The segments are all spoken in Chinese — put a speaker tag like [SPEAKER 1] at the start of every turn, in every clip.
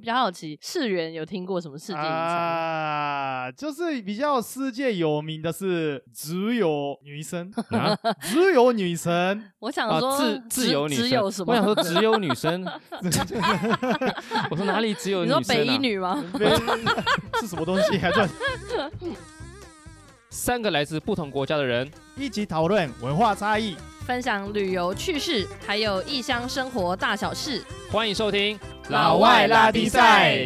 [SPEAKER 1] 比较好奇，世元有听过什么世界遗产？
[SPEAKER 2] 啊，就是比较世界有名的是只有 女神，
[SPEAKER 3] 啊
[SPEAKER 2] 只有女神，
[SPEAKER 1] 我想
[SPEAKER 3] 啊，
[SPEAKER 1] 说，
[SPEAKER 3] 自自
[SPEAKER 1] 只
[SPEAKER 3] 由女
[SPEAKER 1] 只
[SPEAKER 3] 生，
[SPEAKER 1] 有什么
[SPEAKER 3] 我？想说只有女生，我说哪里只有
[SPEAKER 1] 你
[SPEAKER 3] 女生、
[SPEAKER 1] 说北
[SPEAKER 3] 啊？
[SPEAKER 1] 一女吗？
[SPEAKER 2] 是什么东西？还算
[SPEAKER 3] 三个来自不同国家的人，
[SPEAKER 2] 一起讨论文化差异。
[SPEAKER 1] 分享旅游趣事，还有异乡生活大小事。
[SPEAKER 3] 欢迎收听《
[SPEAKER 1] 老外拉
[SPEAKER 2] 低赛》。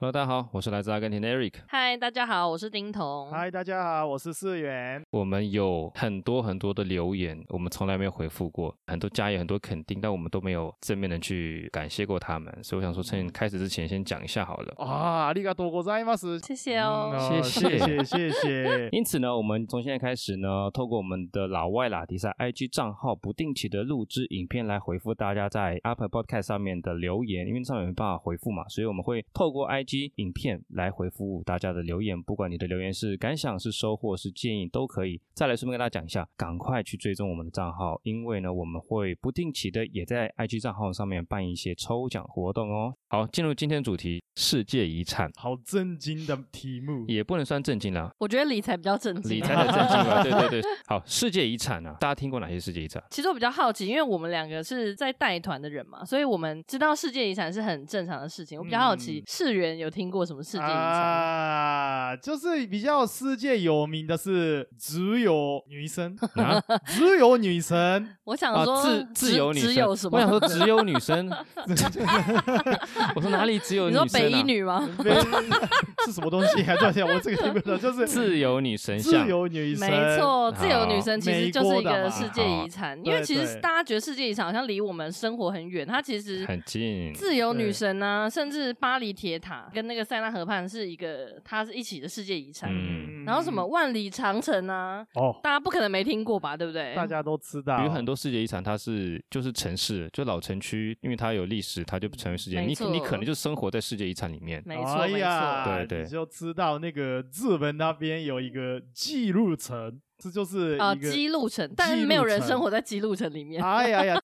[SPEAKER 3] Hello，大家好，我是来自阿根廷的 Eric。
[SPEAKER 1] 嗨，大家好，我是丁彤。
[SPEAKER 2] 嗨，大家好，我是世元。
[SPEAKER 3] 我们有很多很多的留言，我们从来没有回复过，很多加言，很多肯定，但我们都没有正面的去感谢过他们，所以我想说，趁开始之前先讲一下好了。
[SPEAKER 2] 啊，ありがとうございます。
[SPEAKER 1] 谢谢哦。
[SPEAKER 2] 嗯哦
[SPEAKER 3] 谢
[SPEAKER 2] 谢
[SPEAKER 3] 谢
[SPEAKER 2] 谢谢谢。
[SPEAKER 3] 因此呢，我们从现在开始呢，透过我们的老外拉迪赛 IG 账号不定期的录制影片来回复大家在 Apple Podcast 上面的留言，因为上面没办法回复嘛，所以我们会透过 IG 影片来回复大家的留言，不管你的留言是感想、是收获、是建议都可以。再来顺便跟大家讲一下，赶快去追踪我们的账号，因为呢，我们会不定期的也在 IG 账号上面办一些抽奖活动哦。好，进入今天的主题，世界遗产。
[SPEAKER 2] 好震惊的题目，
[SPEAKER 3] 也不能算正经啦，
[SPEAKER 1] 我觉得理财比较正经。啊
[SPEAKER 3] 理财的震惊吧，对 对对。好，世界遗产啊，大家听过哪些世界遗产？
[SPEAKER 1] 其实我比较好奇，因为我们两个是在带团的人嘛，所以我们知道世界遗产是很正常的事情。我比较好奇
[SPEAKER 2] 嗯，
[SPEAKER 1] 世元有听过什么世界遗产？
[SPEAKER 2] 啊，就是比较世界有名的是只有女神，
[SPEAKER 3] 啊
[SPEAKER 2] 只有女神，
[SPEAKER 1] 我想
[SPEAKER 3] 啊，
[SPEAKER 1] 说，
[SPEAKER 3] 自自
[SPEAKER 1] 只
[SPEAKER 3] 由女
[SPEAKER 1] 哦只有什
[SPEAKER 3] 生，
[SPEAKER 1] 么
[SPEAKER 3] 我？想说只有女 生，我说哪里只
[SPEAKER 1] 你
[SPEAKER 3] 有女
[SPEAKER 1] 说
[SPEAKER 3] 生、啊？
[SPEAKER 1] 北一女吗？
[SPEAKER 2] 没 是什么东西？还转向我这个听不懂，就是
[SPEAKER 3] 自由女神像
[SPEAKER 2] 自，由女神，
[SPEAKER 1] 没错，自由女
[SPEAKER 3] 好
[SPEAKER 1] 神其实
[SPEAKER 2] 美
[SPEAKER 1] 就是
[SPEAKER 2] 国
[SPEAKER 1] 一
[SPEAKER 2] 的
[SPEAKER 1] 个
[SPEAKER 2] 嘛
[SPEAKER 1] 世界遗产，因为
[SPEAKER 2] 对
[SPEAKER 1] 其实
[SPEAKER 2] 对
[SPEAKER 1] 大家觉得世界遗产好像离我们生活很远，它其实
[SPEAKER 3] 很近。
[SPEAKER 1] 自由女
[SPEAKER 2] 对
[SPEAKER 1] 神啊，甚至巴黎铁塔跟那个塞纳河畔是一个，它是一起的世界遗产。
[SPEAKER 3] 嗯
[SPEAKER 1] 然后什么万里长城啊，
[SPEAKER 2] 哦，
[SPEAKER 1] 大家不可能没听过吧？对不对？
[SPEAKER 2] 大家都知道，
[SPEAKER 3] 有很多世界遗产，它是就是城市，就老城区，因为它有历史，它就成为世界。
[SPEAKER 1] 没
[SPEAKER 3] 你
[SPEAKER 1] 错
[SPEAKER 3] 你可能就生活在世界遗产里面。
[SPEAKER 1] 没错
[SPEAKER 2] 哎
[SPEAKER 1] 没
[SPEAKER 2] 呀
[SPEAKER 1] 错。
[SPEAKER 3] 对对
[SPEAKER 2] 你就知道那个日本那边有一个记录城，这就是一
[SPEAKER 1] 啊，
[SPEAKER 2] 个。
[SPEAKER 1] 基路城，但是没有人生活在基路城里面。
[SPEAKER 2] 哎呀 呀，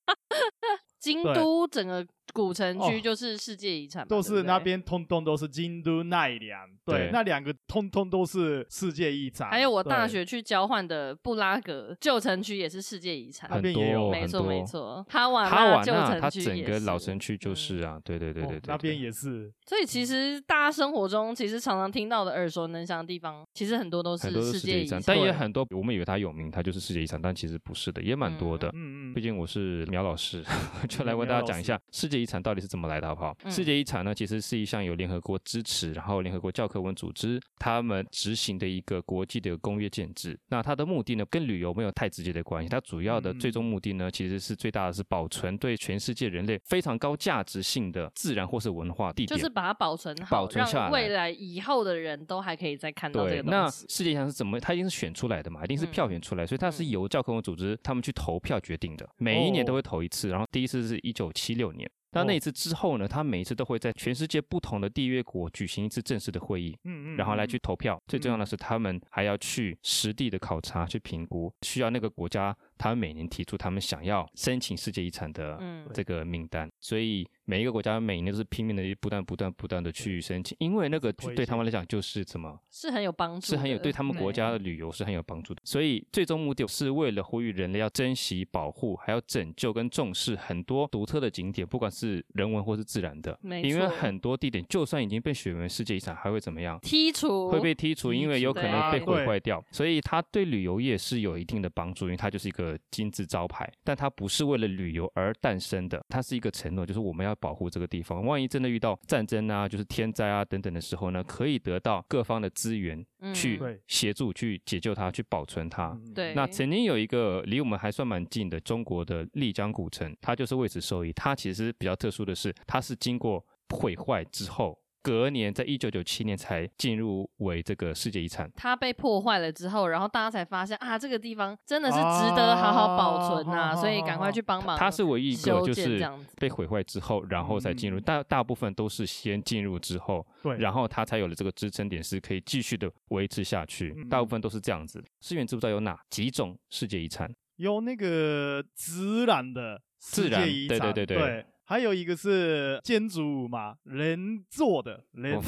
[SPEAKER 1] 京
[SPEAKER 2] 对
[SPEAKER 1] 都整个古城区
[SPEAKER 2] 哦
[SPEAKER 1] 就是世界遗产嘛，
[SPEAKER 2] 都
[SPEAKER 1] 对
[SPEAKER 2] 是
[SPEAKER 1] 不
[SPEAKER 2] 那
[SPEAKER 1] 对。
[SPEAKER 2] 边通通都是京都奈良，
[SPEAKER 3] 对
[SPEAKER 2] 对，那两个通通都是世界遗产。
[SPEAKER 1] 还有我大
[SPEAKER 2] 对
[SPEAKER 1] 学去交换的布拉格旧城区也是世界遗产，
[SPEAKER 2] 那
[SPEAKER 3] 很
[SPEAKER 2] 边也有
[SPEAKER 3] 多，
[SPEAKER 1] 没
[SPEAKER 3] 哦很
[SPEAKER 1] 错
[SPEAKER 3] 多。
[SPEAKER 1] 没错。哈瓦
[SPEAKER 3] 哈
[SPEAKER 1] 那
[SPEAKER 3] 瓦
[SPEAKER 1] 旧
[SPEAKER 3] 那，它
[SPEAKER 1] 城区
[SPEAKER 3] 整
[SPEAKER 1] 也
[SPEAKER 3] 个老
[SPEAKER 1] 是
[SPEAKER 3] 城区就是啊，对对对对
[SPEAKER 2] 哦
[SPEAKER 3] 对，
[SPEAKER 2] 那
[SPEAKER 3] 对
[SPEAKER 2] 边也是
[SPEAKER 1] 所以其实大家生活中其实常常听到的耳熟能详的地方，其实很多都是
[SPEAKER 3] 很多是
[SPEAKER 1] 世
[SPEAKER 3] 世界
[SPEAKER 1] 界
[SPEAKER 3] 遗
[SPEAKER 1] 遗
[SPEAKER 3] 产
[SPEAKER 1] 产，，
[SPEAKER 3] 但也
[SPEAKER 2] 对
[SPEAKER 3] 很多我们以为它有名，它就是世界遗产，但其实不是的，也蛮多的。
[SPEAKER 2] 嗯
[SPEAKER 3] 毕
[SPEAKER 2] 嗯，
[SPEAKER 3] 竟我是苗老师，就来
[SPEAKER 2] 嗯
[SPEAKER 3] 为
[SPEAKER 2] 苗
[SPEAKER 3] 大家
[SPEAKER 2] 老
[SPEAKER 3] 讲一
[SPEAKER 2] 师
[SPEAKER 3] 下世界遗产到底是怎么来的，好不好？世
[SPEAKER 1] 嗯
[SPEAKER 3] 界遗产呢，其实是一项由联合国支持，然后联合国教科文组织他们执行的一个国际的公约建制。那它的目的呢，跟旅游没有太直接的关系，它主要的最终目的呢，其实是最大的是保存对全世界人类非常高价值性的自然或是文化地
[SPEAKER 1] 就
[SPEAKER 3] 点
[SPEAKER 1] 是。把它保存好，
[SPEAKER 3] 保存下来
[SPEAKER 1] 让未来以后的人都还可以再看到这
[SPEAKER 3] 对
[SPEAKER 1] 个，
[SPEAKER 3] 那
[SPEAKER 1] 东西。
[SPEAKER 3] 世界遗产是怎么？它一定是选出来的嘛，一定是票
[SPEAKER 1] 嗯
[SPEAKER 3] 选出来，所以它是
[SPEAKER 1] 嗯哦
[SPEAKER 3] 由教科文组织他们去投票决定的，每一年都会投一次，然后第一次是一九七六年。那那一次之后呢，他每一次都会在全世界不同的缔约国举行一次正式的会议，
[SPEAKER 2] 嗯嗯，
[SPEAKER 3] 然后来
[SPEAKER 2] 嗯
[SPEAKER 3] 去投票。最重要的是，他们还要去实地的考察、去评估，需要那个国家他们每年提出他们想要申请世界遗产的
[SPEAKER 1] 嗯
[SPEAKER 3] 这个名单。所以每一个国家每年都是拼命的不断、不断、不断的去申请，因为那个
[SPEAKER 2] 推
[SPEAKER 3] 对他
[SPEAKER 2] 荐
[SPEAKER 3] 们来讲就是怎么
[SPEAKER 1] 是很有帮助的，
[SPEAKER 3] 是很有对他们国家的旅游是很有帮助的。所以最终目的是为了呼吁人类要珍惜、保护，还要拯救跟重视很多独特的景点，不管是人文或是自然的。
[SPEAKER 1] 没错
[SPEAKER 3] 因为很多地点就算已经被选为世界遗产，还会怎么样？
[SPEAKER 1] 剔除
[SPEAKER 3] 会被剔除，
[SPEAKER 2] 剔
[SPEAKER 3] 因为有
[SPEAKER 1] 除
[SPEAKER 3] 可能被
[SPEAKER 1] 对
[SPEAKER 3] 毁坏掉，所以它对旅游业是有一定的帮助，因为它就是一个金字招牌，但它不是为了旅游而诞生的，它是一个承诺，就是我们要保护这个地方。万一真的遇到战争啊，就是天灾啊等等的时候呢，可以得到各方的资源
[SPEAKER 1] 嗯
[SPEAKER 3] 去
[SPEAKER 2] 对
[SPEAKER 3] 协助、去解救它、去保存它。
[SPEAKER 2] 嗯嗯
[SPEAKER 1] 对
[SPEAKER 3] 那曾经有一个离我们还算蛮近的中国的丽江古城，它就是为此受益。它其实比较特殊的是，它是经过毁坏之后，隔年在一九九七年才进入为这个世界遗产。
[SPEAKER 1] 它被破坏了之后，然后大家才发现啊，这个地方真的是值得好好保存
[SPEAKER 3] 哦
[SPEAKER 1] 呐、
[SPEAKER 2] 啊
[SPEAKER 1] 所以赶快去帮忙。
[SPEAKER 3] 它是唯一一个
[SPEAKER 1] 修
[SPEAKER 3] 就
[SPEAKER 1] 建这
[SPEAKER 3] 是
[SPEAKER 1] 样子
[SPEAKER 3] 被毁坏之后，然后才进入，
[SPEAKER 2] 嗯
[SPEAKER 3] 大大部分都是先进入之后，
[SPEAKER 2] 对，
[SPEAKER 3] 然后它才有了这个支撑点，是可以继续的维持下去。
[SPEAKER 2] 嗯
[SPEAKER 3] 大部分都是这样子。世源知不知道有哪几种世界遗产？
[SPEAKER 2] 有那个自然的世
[SPEAKER 3] 自然
[SPEAKER 2] 界遗
[SPEAKER 3] 对
[SPEAKER 2] 产，
[SPEAKER 3] 对对对
[SPEAKER 2] 对，还有一个是建筑物嘛，人做的，人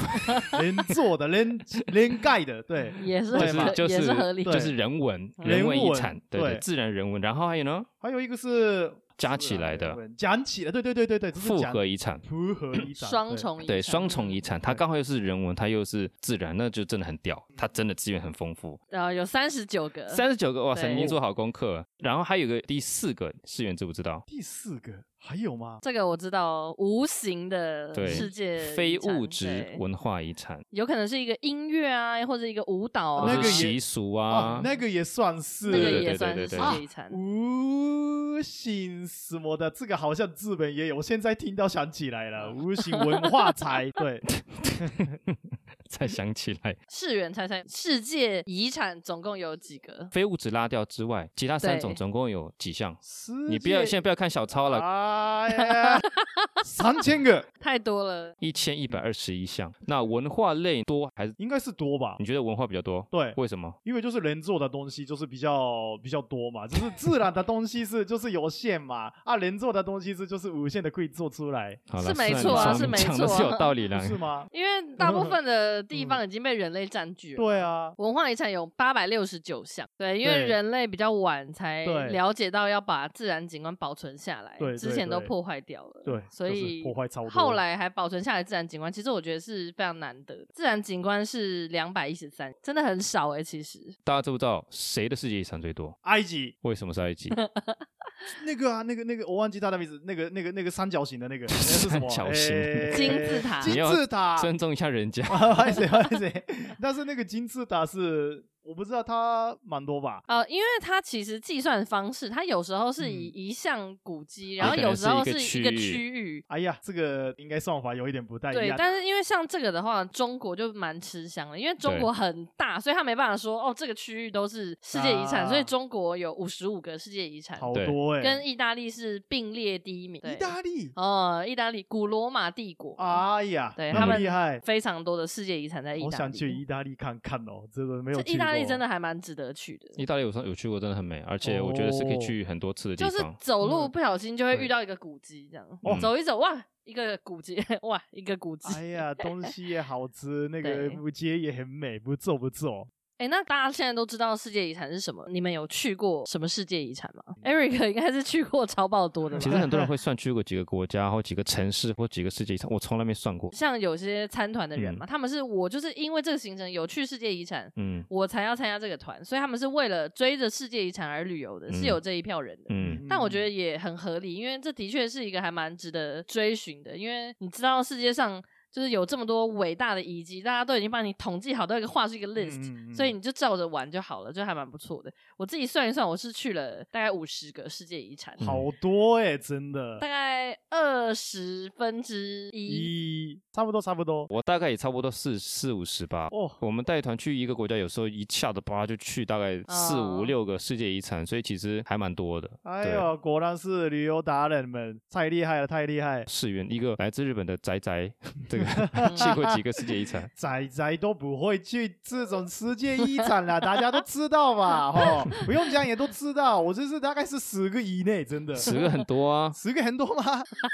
[SPEAKER 2] 人做的，人人盖的，对，
[SPEAKER 1] 也是
[SPEAKER 2] 对嘛
[SPEAKER 1] 合
[SPEAKER 3] 就
[SPEAKER 1] 也
[SPEAKER 3] 是
[SPEAKER 1] 合理的，
[SPEAKER 3] 就是人文
[SPEAKER 1] 嗯
[SPEAKER 3] 人文
[SPEAKER 2] 人
[SPEAKER 3] 遗
[SPEAKER 2] 文
[SPEAKER 3] 产，对对，
[SPEAKER 2] 对
[SPEAKER 3] 自然人文。然后还有呢，
[SPEAKER 2] 还有一个是
[SPEAKER 3] 加起来的，
[SPEAKER 2] 讲起来，对对对对对，这是
[SPEAKER 3] 复
[SPEAKER 2] 讲
[SPEAKER 3] 合遗产，
[SPEAKER 2] 复合遗产，
[SPEAKER 1] 双
[SPEAKER 2] 对
[SPEAKER 1] 重遗
[SPEAKER 3] 对，
[SPEAKER 1] 产嗯
[SPEAKER 3] 双重遗产，它
[SPEAKER 2] 对
[SPEAKER 3] 刚好又是人文，它又是自然，那就真的很屌，它真的资源很丰富。
[SPEAKER 1] 然呃后有三十九个，
[SPEAKER 3] 三十九个，哇
[SPEAKER 1] 嗯
[SPEAKER 3] 塞，
[SPEAKER 1] 对
[SPEAKER 3] 你已经做好功课了。然后还有个第四个，世源知不知道？
[SPEAKER 2] 第四个还有吗？
[SPEAKER 1] 这个我知道哦，无形的
[SPEAKER 3] 对
[SPEAKER 1] 呃世界遗
[SPEAKER 3] 非
[SPEAKER 1] 产
[SPEAKER 3] 物质，
[SPEAKER 1] 对
[SPEAKER 3] 文化遗产，
[SPEAKER 1] 有可能是一个音乐啊，或者一个舞蹈
[SPEAKER 3] 或
[SPEAKER 1] 啊，
[SPEAKER 2] 那
[SPEAKER 3] 是
[SPEAKER 2] 个也
[SPEAKER 3] 习俗
[SPEAKER 2] 哦
[SPEAKER 3] 啊，，
[SPEAKER 2] 那个也算
[SPEAKER 1] 那
[SPEAKER 2] 是，
[SPEAKER 3] 对
[SPEAKER 1] 个
[SPEAKER 3] 对
[SPEAKER 1] 也
[SPEAKER 3] 对
[SPEAKER 1] 算
[SPEAKER 3] 对
[SPEAKER 1] 是
[SPEAKER 3] 对
[SPEAKER 1] 世
[SPEAKER 3] 对
[SPEAKER 1] 界遗产。
[SPEAKER 2] 无形什么的，这个好像日本也有，我现在听到想起来
[SPEAKER 3] 啊
[SPEAKER 2] 了，无形文化财， 对，
[SPEAKER 3] 再想起来，
[SPEAKER 1] 世元猜猜，世界遗产总共有几个？
[SPEAKER 3] 非物质拉掉之外，其他三
[SPEAKER 1] 对
[SPEAKER 3] 种总共有几项？
[SPEAKER 2] 世
[SPEAKER 3] 你不要
[SPEAKER 2] 界
[SPEAKER 3] 现在不要看小 抄了，
[SPEAKER 2] 哎呀，三千个
[SPEAKER 1] 太多了，
[SPEAKER 3] 一千一百二十一项。那文化类多还是
[SPEAKER 2] 应该是多吧
[SPEAKER 3] 你？觉得文化比较多？
[SPEAKER 2] 对，
[SPEAKER 3] 为什么？
[SPEAKER 2] 因为就是人做的东西就是比较比较多嘛，就是自然的东西是就是有限嘛，啊，人做的东西是就是无限的可以做出来，
[SPEAKER 3] 好了，
[SPEAKER 1] 是没
[SPEAKER 3] 虽然
[SPEAKER 1] 错啊
[SPEAKER 3] 你
[SPEAKER 1] 是没
[SPEAKER 3] 讲的
[SPEAKER 1] 错
[SPEAKER 3] 是有
[SPEAKER 1] 啊
[SPEAKER 3] 道理
[SPEAKER 2] 不
[SPEAKER 3] 啦。
[SPEAKER 2] 是 吗？
[SPEAKER 1] 因为大部分的地方已经被人类占据了。
[SPEAKER 2] 嗯对啊，
[SPEAKER 1] 文化遗产有八百六十九项，对，因为
[SPEAKER 2] 对
[SPEAKER 1] 人类比较晚才
[SPEAKER 2] 对
[SPEAKER 1] 了解到要把自然景观保存下来，
[SPEAKER 2] 对对
[SPEAKER 1] 之前都
[SPEAKER 2] 对
[SPEAKER 1] 破坏掉了，
[SPEAKER 2] 对
[SPEAKER 1] 所
[SPEAKER 2] 就是
[SPEAKER 1] 以
[SPEAKER 2] 破坏超多
[SPEAKER 1] 后来还保存下来自然景观，其实我觉得是非常难得的。自然景观是两百一十三，真的很少哎、其实
[SPEAKER 3] 大家知不知道谁的世界遗产最多？
[SPEAKER 2] 埃及
[SPEAKER 3] 为什么是 埃及？
[SPEAKER 2] 那个啊，那个那个，我忘记他的名字，那个那个那个三角形的那个那个是什么？
[SPEAKER 3] 三角形
[SPEAKER 2] 哎
[SPEAKER 1] 金字塔
[SPEAKER 2] 金字塔。
[SPEAKER 3] 尊重一下人家。
[SPEAKER 2] 啊， 不好意思，不好意思。但是那个金字塔是，我不知道它蛮多吧？
[SPEAKER 1] 呃，因为它其实计算方式，它有时候是以
[SPEAKER 2] 嗯
[SPEAKER 1] 一项古迹，
[SPEAKER 3] 也
[SPEAKER 1] 然后
[SPEAKER 3] 可
[SPEAKER 1] 有
[SPEAKER 3] 能
[SPEAKER 1] 时
[SPEAKER 3] 是一
[SPEAKER 1] 候
[SPEAKER 3] 个
[SPEAKER 1] 是
[SPEAKER 3] 区
[SPEAKER 1] 一个
[SPEAKER 3] 域
[SPEAKER 1] 区域。
[SPEAKER 2] 哎呀，这个应该算法有一点不太一
[SPEAKER 1] 对，
[SPEAKER 2] 样。
[SPEAKER 1] 但是因为像这个的话，中国就蛮吃香的，因为中
[SPEAKER 3] 对
[SPEAKER 1] 国很大，所以他没办法说哦，这个区域都是世界遗产，所以
[SPEAKER 2] 啊
[SPEAKER 1] 中国有五十五个世界遗产，
[SPEAKER 2] 好
[SPEAKER 3] 对
[SPEAKER 2] 多哎、
[SPEAKER 1] 跟意大利是并列第一名。对
[SPEAKER 2] 意大利，
[SPEAKER 1] 哦，意大利古罗马帝国，
[SPEAKER 2] 哎呀，
[SPEAKER 1] 哦对
[SPEAKER 2] 那
[SPEAKER 3] 他
[SPEAKER 2] 么
[SPEAKER 1] 们
[SPEAKER 2] 厉害，
[SPEAKER 1] 非常多的世界遗产在意大
[SPEAKER 2] 好
[SPEAKER 1] 利。
[SPEAKER 2] 想去意大利看看哦，真的没有
[SPEAKER 1] 这
[SPEAKER 2] 去过。
[SPEAKER 1] 意大利真的还蛮值得去的。
[SPEAKER 3] 意大利我上有去过，真的很美，而且我觉得是
[SPEAKER 2] 哦
[SPEAKER 3] 可以去很多次的
[SPEAKER 1] 就
[SPEAKER 3] 地
[SPEAKER 1] 是
[SPEAKER 3] 方。
[SPEAKER 1] 走路
[SPEAKER 2] 嗯
[SPEAKER 1] 不小心就会
[SPEAKER 3] 对
[SPEAKER 1] 遇到一个古迹，这样、
[SPEAKER 3] 哦
[SPEAKER 1] 走一走，哇，一个古迹， 哇，一个古迹。
[SPEAKER 2] 哎呀，东西也好吃，那
[SPEAKER 1] 对
[SPEAKER 2] 个不街也很美，不错不错。
[SPEAKER 1] 哎、那大家现在都知道世界遗产是什么？你们有去过什么世界遗产吗？Eric 应该是去过超爆多的
[SPEAKER 3] 嗯其
[SPEAKER 1] 吧？
[SPEAKER 3] 实很多人会算去过几个国家或几个城市或几个世界遗产，我从来没算过。
[SPEAKER 1] 像有些参团的人嘛，他们是我就是因为这个行程有去世界遗产，
[SPEAKER 3] 嗯
[SPEAKER 1] 我才要参加这个团，所以他们是为了追着世界遗产而旅游的，
[SPEAKER 3] 嗯
[SPEAKER 1] 是有这一票人的。
[SPEAKER 3] 嗯，
[SPEAKER 1] 但我觉得也很合理，因为这的确是一个还蛮值得追寻的，因为你知道世界上就是有这么多伟大的遗迹，大家都已经帮你统计好，都有一个画出一个 list，、
[SPEAKER 2] 嗯嗯嗯
[SPEAKER 1] 所以你就照着玩就好了，就还蛮不错的。我自己算一算，我是去了大概五十个世界遗产，
[SPEAKER 3] 嗯
[SPEAKER 2] 好多哎、真的
[SPEAKER 1] 大，概二十分之一。
[SPEAKER 2] 一差不多差不多
[SPEAKER 3] 我大概也差不多四四五十吧。
[SPEAKER 2] 哦。
[SPEAKER 3] 我们带团去一个国家，有时候一下子叭就去大概四
[SPEAKER 1] 哦
[SPEAKER 3] 五六个世界遗产，所以其实还蛮多的。
[SPEAKER 2] 哎
[SPEAKER 3] 对
[SPEAKER 2] 呦，果然是旅游达人们，太厉害了，太厉害！
[SPEAKER 3] 世元一个来自日本的 宅宅，这个
[SPEAKER 1] 嗯
[SPEAKER 3] 去过几个世界遗产。
[SPEAKER 2] 仔仔都不会去这种世界遗产啦，大家都知道 嘛，吼，不用讲也都知道。我这是大概是十个以内，真的，
[SPEAKER 3] 十个很多啊
[SPEAKER 2] 十个很多吗？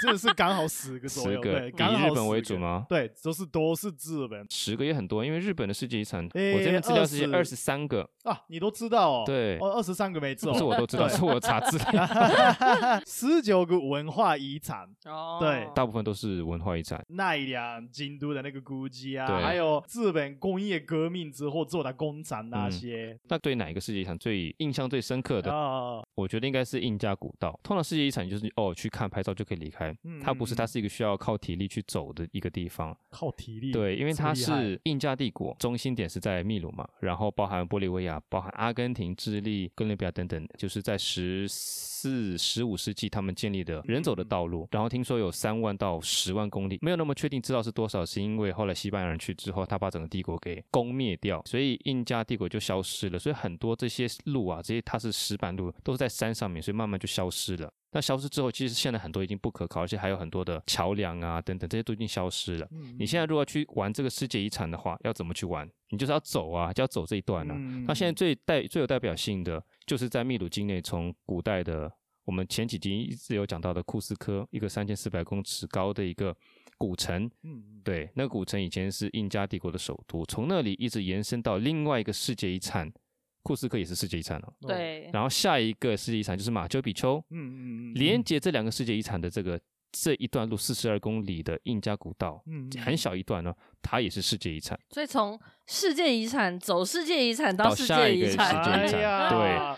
[SPEAKER 2] 真的是刚好十个左
[SPEAKER 3] 十
[SPEAKER 2] 右，
[SPEAKER 3] 个
[SPEAKER 2] 对，
[SPEAKER 3] 以
[SPEAKER 2] 刚好
[SPEAKER 3] 日本为
[SPEAKER 2] 10个
[SPEAKER 3] 主？吗？
[SPEAKER 2] 对，都是都是日本
[SPEAKER 3] 十个也很多，因为日本的世界遗产，我
[SPEAKER 2] 诶
[SPEAKER 3] 这边资料是写二
[SPEAKER 2] 20
[SPEAKER 3] 十三个，
[SPEAKER 2] 啊，你都知道哦。，
[SPEAKER 3] 对，
[SPEAKER 2] 哦，二十三个没错
[SPEAKER 3] 这，我都知 道，
[SPEAKER 2] 对
[SPEAKER 3] 是我查资料，
[SPEAKER 2] 十九个文化遗产，
[SPEAKER 1] 哦
[SPEAKER 2] 对
[SPEAKER 3] 大部分都是文化遗产。
[SPEAKER 2] 奈良、京都的那个古迹啊，
[SPEAKER 3] 对
[SPEAKER 2] 还有日本工业革命之后做的工厂那
[SPEAKER 3] 嗯
[SPEAKER 2] 些
[SPEAKER 3] 那对哪一个世界遗产最印象最深刻的？
[SPEAKER 2] 啊，
[SPEAKER 3] 我觉得应该是印加古道。通常世界遗产就是哦，去看拍照就可以离开，
[SPEAKER 2] 嗯
[SPEAKER 3] 它不是，
[SPEAKER 2] 嗯
[SPEAKER 3] 它是一个需要靠体力去走的一个地方。
[SPEAKER 2] 靠体力。
[SPEAKER 3] 对，因为
[SPEAKER 2] 这么
[SPEAKER 3] 它
[SPEAKER 2] 厉害
[SPEAKER 3] 是印加帝国中心点是在秘鲁嘛，然后包含玻利维亚、包含阿根廷、智利、哥伦比亚等等，就是在十四、十五世纪他们建立的人
[SPEAKER 2] 嗯
[SPEAKER 3] 走的道路。然后听说有三万到十万公里，没有那么确定知道是多少，是因为后来西班牙人去之后，他把整个帝国给攻灭掉，所以印加帝国就消失了。所以很多这些路啊，这些它是石板路，都是在山上面，所以慢慢就消失了。那消失之后，其实现在很多已经不可靠，而且还有很多的桥梁啊等等，这些都已经消失了。
[SPEAKER 2] 嗯
[SPEAKER 3] 你现在如果去玩这个世界遗产的话，要怎么去玩？你就是要走啊，就要走
[SPEAKER 2] 嗯
[SPEAKER 3] 这一段啊。那现在最代最有代表性的，就是在秘鲁境内，从古代的我们前几集一直有讲到的库斯科，一个三千四百公尺高的一个古城，
[SPEAKER 2] 嗯，嗯，
[SPEAKER 3] 对，那个古城以前是印加帝国的首都，从那里一直延伸到另外一个世界遗产，库斯科也是世界遗产哦。
[SPEAKER 2] 哦，
[SPEAKER 1] 对，
[SPEAKER 3] 然后下一个世界遗产就是马丘比丘，
[SPEAKER 2] 嗯嗯嗯，
[SPEAKER 3] 连接这两个世界遗产的这个这一段路四十二公里的印加古道，
[SPEAKER 2] 嗯嗯
[SPEAKER 3] 很小一段呢，哦它也是世界遗产。
[SPEAKER 1] 所以从世界遗产走世界遗产
[SPEAKER 3] 到
[SPEAKER 1] 世
[SPEAKER 3] 下
[SPEAKER 1] 界
[SPEAKER 3] 一个
[SPEAKER 1] 遗
[SPEAKER 3] 世
[SPEAKER 1] 产，
[SPEAKER 3] 界遗
[SPEAKER 2] 哎
[SPEAKER 3] 产
[SPEAKER 2] 呀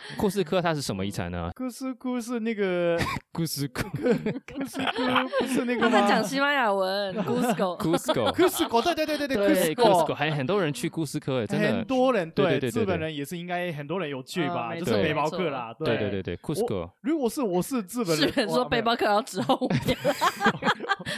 [SPEAKER 3] 对库斯科它是什么遗产 呢？
[SPEAKER 2] 库斯库是那个
[SPEAKER 3] 库斯科
[SPEAKER 2] 库斯库不是那
[SPEAKER 1] 他
[SPEAKER 2] 个
[SPEAKER 1] 在
[SPEAKER 2] 吗？
[SPEAKER 1] 讲西班牙文 ，Cusco，
[SPEAKER 3] 库斯科，
[SPEAKER 2] 库斯狗，对对对对
[SPEAKER 3] 对，
[SPEAKER 2] 库
[SPEAKER 3] 库
[SPEAKER 2] 斯
[SPEAKER 3] 斯
[SPEAKER 2] 狗
[SPEAKER 3] 科，还很多人去库斯科，欸真
[SPEAKER 2] 很
[SPEAKER 3] 的，
[SPEAKER 2] 多人
[SPEAKER 3] 对对对对
[SPEAKER 2] 日本
[SPEAKER 3] 对
[SPEAKER 2] 人也是应该很多人有去
[SPEAKER 1] 嗯
[SPEAKER 2] 吧，
[SPEAKER 1] 没
[SPEAKER 2] 就
[SPEAKER 3] 错
[SPEAKER 2] 是背
[SPEAKER 3] 没
[SPEAKER 2] 包
[SPEAKER 1] 错
[SPEAKER 2] 客啦，
[SPEAKER 3] 对对对对，库斯
[SPEAKER 2] 我
[SPEAKER 3] 科。
[SPEAKER 2] 如果是我是日本
[SPEAKER 1] 日
[SPEAKER 2] 人，
[SPEAKER 1] 本
[SPEAKER 2] 哇
[SPEAKER 1] 说背，包客要指后 面，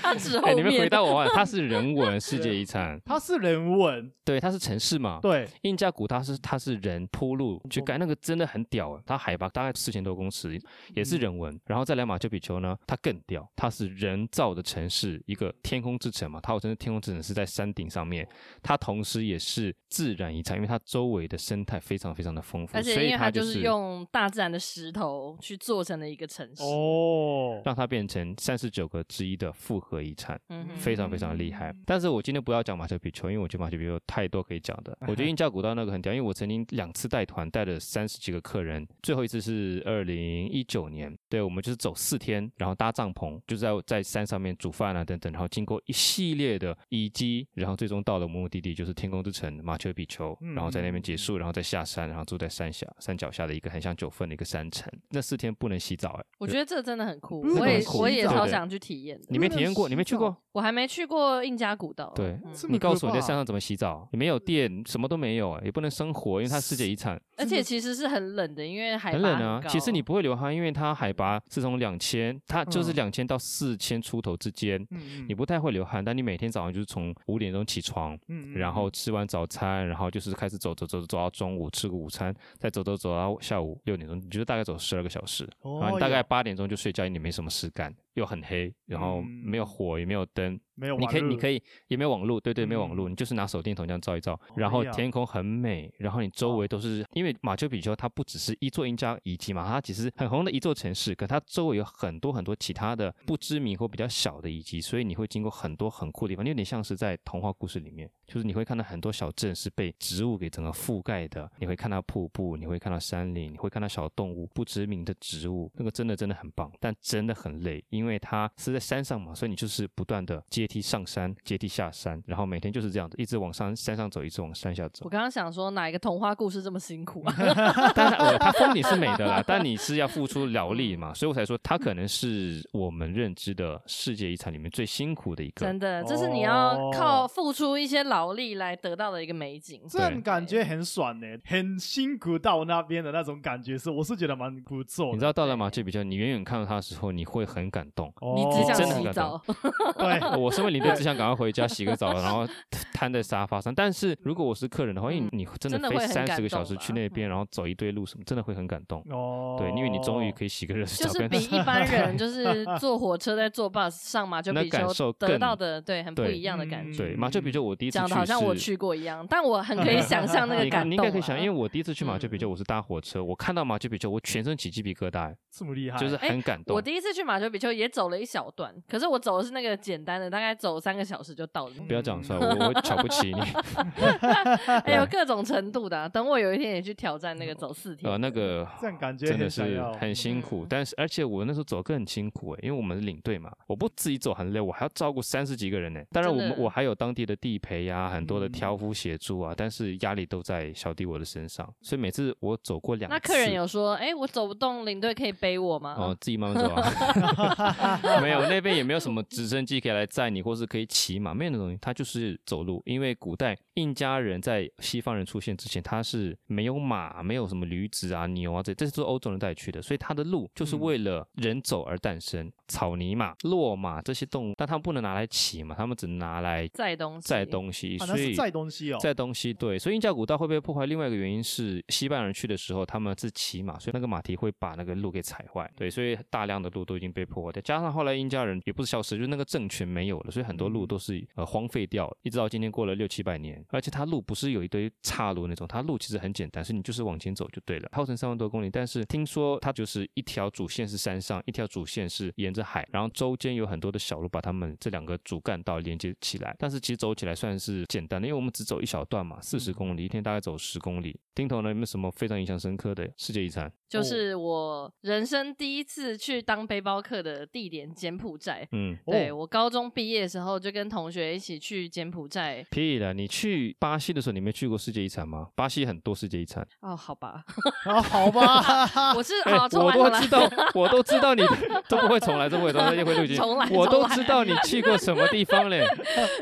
[SPEAKER 1] 他指后
[SPEAKER 3] 哎，
[SPEAKER 1] 面。
[SPEAKER 3] 你们回答我啊！它是人文世界遗产，
[SPEAKER 2] 他是人文，
[SPEAKER 3] 对，它是城市嘛。
[SPEAKER 2] 对，
[SPEAKER 3] 印加古 它是它是人铺路去
[SPEAKER 1] 哦
[SPEAKER 3] 盖，那个真的很屌啊！它海拔大概四千多公尺，也
[SPEAKER 1] 嗯
[SPEAKER 3] 是人文。然后再来马丘比丘呢，它更屌，它是人造的城市，一个天空之城嘛。它号称是天空之城是在山顶上
[SPEAKER 1] 哦
[SPEAKER 3] 面，它同时也是自然遗产，因为它周围的生态非常非常的丰富，
[SPEAKER 1] 而
[SPEAKER 3] 所
[SPEAKER 1] 且因
[SPEAKER 3] 以
[SPEAKER 1] 为它
[SPEAKER 3] 它
[SPEAKER 1] 就
[SPEAKER 3] 就是
[SPEAKER 1] 是用大自然的石头去做成了一个城市，
[SPEAKER 2] 哦，
[SPEAKER 3] 让它变成三十九个之一的复合遗产。
[SPEAKER 1] 嗯哼，
[SPEAKER 3] 非常非常厉害
[SPEAKER 2] 嗯。
[SPEAKER 3] 但是我今天不要讲马丘比丘，因为我觉得马丘比丘有太多可以讲的。我觉得印加古道那个很屌，因为我曾经两次带团，带了三十几个客人，最后一次是二零一九年，对我们就是走四天，然后搭帐篷，就是在在山上面煮饭啊等等，然后经过一系列的遗迹，然后最终到了目的地，就是天空之城马丘比丘，
[SPEAKER 2] 嗯
[SPEAKER 3] 然后在那边结束，然后再下山，然后住在山下山脚下的一个很像九份的一个山城。那四天不能洗澡、哎，
[SPEAKER 1] 我觉得这真的很酷，
[SPEAKER 2] 日
[SPEAKER 1] 我
[SPEAKER 2] 本
[SPEAKER 1] 也
[SPEAKER 2] 很酷
[SPEAKER 1] 我也
[SPEAKER 3] 对
[SPEAKER 1] 超
[SPEAKER 3] 对
[SPEAKER 1] 想去体验的。
[SPEAKER 3] 你没体验过，你没去过。
[SPEAKER 1] 我还没去过印加古道，
[SPEAKER 3] 对
[SPEAKER 1] 嗯
[SPEAKER 2] 这么
[SPEAKER 3] 你告诉我
[SPEAKER 2] 可
[SPEAKER 3] 你在
[SPEAKER 2] 怕
[SPEAKER 3] 山上怎么洗澡？也没有电，什么都没有，啊也不能生火，因为它世界遗产，
[SPEAKER 1] 而且其实是很冷的，因为海拔
[SPEAKER 3] 很冷啊。
[SPEAKER 1] 高
[SPEAKER 3] 其实你不会流汗，因为它海拔是从两千，它就是
[SPEAKER 2] 嗯
[SPEAKER 3] 两千到四千出头之间，
[SPEAKER 2] 嗯
[SPEAKER 3] 你不太会流汗，但你每天早上就是从五点钟起床。
[SPEAKER 2] 嗯
[SPEAKER 3] 然后吃完早餐，然后就是开始走走走走到中午吃个午餐，再走走走到下午六点钟，你就大概走十二个小时，
[SPEAKER 2] 嗯
[SPEAKER 3] 然后
[SPEAKER 2] 哦
[SPEAKER 3] 你大概八点钟就睡觉，因为你没什么事干，又很黑，然后没有
[SPEAKER 2] 嗯
[SPEAKER 3] 火也没有灯，
[SPEAKER 2] 没有网
[SPEAKER 3] 你
[SPEAKER 2] 络，
[SPEAKER 3] 可以，你可
[SPEAKER 2] 以
[SPEAKER 3] 以也没有网络，对对，没有网
[SPEAKER 2] 嗯哎
[SPEAKER 3] 络，你就是拿手电筒这样照一照，然后
[SPEAKER 2] 呀
[SPEAKER 3] 天空很美，然后你周围都是，因为马丘比丘它不只是一座印加遗迹嘛，它其实很红的一座城市，可它周围有很多很多其他的不知名或比较小的遗迹，所以你会经过很多很酷的地方，你有点像是在童话故事里面，就是你会看到很多小镇是被植物给整个覆盖的，你会看到瀑布，你会看到山林，你会看到小动物、不知名的植物，那个真的真的很棒，但真的很累，因为它是在山上嘛，所以你就是不断的阶梯上山，阶梯下山，然后每天就是这样子，一直往山山上走，一直往山下
[SPEAKER 1] 我
[SPEAKER 3] 走。
[SPEAKER 1] 刚刚想说哪一个童话故事这么辛苦啊？
[SPEAKER 3] 但是它、呃它风景是美的啦，但你是要付出劳力嘛，所以我才说它可能是我们认知的世界遗产里面最辛苦的一个。
[SPEAKER 1] 真的，这是你要靠
[SPEAKER 2] 哦
[SPEAKER 1] 付出一些劳力来得到的一个美景。
[SPEAKER 2] 这样感觉很爽呢，很辛苦到那边的那种感觉是，我是觉得蛮不错
[SPEAKER 3] 你知
[SPEAKER 2] 的。
[SPEAKER 3] 道到了马丘比丘，你远远看到它的时候，你会很感 动。
[SPEAKER 1] 你只想
[SPEAKER 3] 哦真的很
[SPEAKER 1] 洗
[SPEAKER 3] 感
[SPEAKER 1] 澡，
[SPEAKER 2] 哦 对，
[SPEAKER 3] 我身为领队，只想赶快回家洗个澡，然后 瘫在沙发上。但是如果我是客人的话，因为你真
[SPEAKER 1] 嗯真的
[SPEAKER 3] 的飞
[SPEAKER 1] 会很
[SPEAKER 3] 三
[SPEAKER 1] 感
[SPEAKER 3] 十个小
[SPEAKER 1] 动
[SPEAKER 3] 时
[SPEAKER 1] 吧嗯
[SPEAKER 3] 去那边，然后走一堆路什么，真的会很感动。
[SPEAKER 2] 哦，
[SPEAKER 3] 对，因为你终于可以洗个热水
[SPEAKER 1] 就
[SPEAKER 3] 澡，
[SPEAKER 1] 是
[SPEAKER 3] 跟
[SPEAKER 1] 比一般人就是坐火车在坐 bus 上马丘
[SPEAKER 3] 那
[SPEAKER 1] 比
[SPEAKER 3] 感
[SPEAKER 1] 丘
[SPEAKER 3] 受更
[SPEAKER 1] 得到的，对，很不
[SPEAKER 3] 对
[SPEAKER 1] 一样的感觉。
[SPEAKER 3] 对马丘比丘，我第一次
[SPEAKER 1] 嗯讲的好像我
[SPEAKER 3] 是
[SPEAKER 1] 去过一样，但我很可以想象那个
[SPEAKER 3] 你
[SPEAKER 1] 感动啊。
[SPEAKER 3] 你应该可以想，因为我第一次去马丘
[SPEAKER 1] 嗯
[SPEAKER 3] 比丘，我是搭火车，我看到马丘比丘，我全身起鸡皮疙瘩，
[SPEAKER 2] 这么厉害，
[SPEAKER 3] 就是
[SPEAKER 1] 哎
[SPEAKER 3] 很感动
[SPEAKER 1] 我。第一次去马丘比丘也走了一小段，可是我走的是那个简单的，大概走三个小时就到了。
[SPEAKER 3] 不要讲出来，我我会瞧 不起你。
[SPEAKER 1] 哎， 有各种程度的啊、等我有一天也去挑战那个走四天。
[SPEAKER 3] 呃，那个
[SPEAKER 2] 这样感觉
[SPEAKER 3] 真的
[SPEAKER 2] 很想
[SPEAKER 3] 是
[SPEAKER 2] 要
[SPEAKER 3] 很辛苦
[SPEAKER 1] 嗯，
[SPEAKER 3] 但是而且我那时候走更辛苦欸诶，因为我们是领队嘛，我不自己走很累，我还要照顾三十几个人呢。当然我
[SPEAKER 1] 真的
[SPEAKER 3] 们我还有当地的地陪呀、很多的
[SPEAKER 2] 嗯
[SPEAKER 3] 挑夫协助啊，但是压力都在小弟我的身上，所以每次我走过两次，
[SPEAKER 1] 那客人有说，哎，我走不动，领队可以背我吗？
[SPEAKER 3] 哦，自己慢慢走 啊。没有，那边也没有什么直升机可以来载你，或是可以骑马，没有那种东西，它就是走路。因为古代印加人在西方人出现之前，他是没有马，没有什么驴子啊、牛啊，这这是欧洲人带去的，所以他的路就是
[SPEAKER 2] 嗯
[SPEAKER 3] 为了人走而诞生。草泥马、骆马这些动物，但他们不能拿来骑嘛，他们只能拿来
[SPEAKER 1] 载东西，
[SPEAKER 3] 载东西，
[SPEAKER 2] 啊，那
[SPEAKER 3] 所以
[SPEAKER 2] 是载东西哦，
[SPEAKER 3] 在东西对，所以印加古道会被破坏。另外一个原因是，西班牙人去的时候他们是骑马，所以那个马蹄会把那个路给踩坏。对，所以大量的路都已经被破坏掉。加上后来印加人也不是消失，就是那个政权没有了，所以很多路都是呃荒废掉了。一直到今天经过了六七百年，而且它路不是有一堆岔路那种，它路其实很简单，是你就是往前走就对了。耗程三万多公里，但是听说它就是一条主线是山上，一条主线是沿着海，然后周间有很多的小路把它们这两个主干道连接起来。但是其实走起来算是简单的，因为我们只走一小段嘛，四十公里，一天大概走十公里。丁头呢，有没有什么非常印象深刻的世界遗产？
[SPEAKER 1] 就是我人生第一次去当背包客的地点柬埔寨。
[SPEAKER 3] 嗯，
[SPEAKER 1] 对
[SPEAKER 2] 哦
[SPEAKER 1] 我高中毕业的时候，就跟同学一起去柬埔寨。
[SPEAKER 3] 屁了！你去巴西的时候，你没去过世界遗产吗？巴西很多世界遗产，
[SPEAKER 1] 哦，好吧，
[SPEAKER 2] 啊，好吧，
[SPEAKER 1] 我是
[SPEAKER 3] 哎
[SPEAKER 1] 哦，重
[SPEAKER 3] 我
[SPEAKER 1] 来重
[SPEAKER 3] 都
[SPEAKER 1] 来
[SPEAKER 3] 知。道， 我都知道你 都不会重来，都不会重来，又会录音机
[SPEAKER 1] 重来
[SPEAKER 3] 我
[SPEAKER 1] 重
[SPEAKER 3] 都
[SPEAKER 1] 来
[SPEAKER 3] 知道你去过什么地方嘞。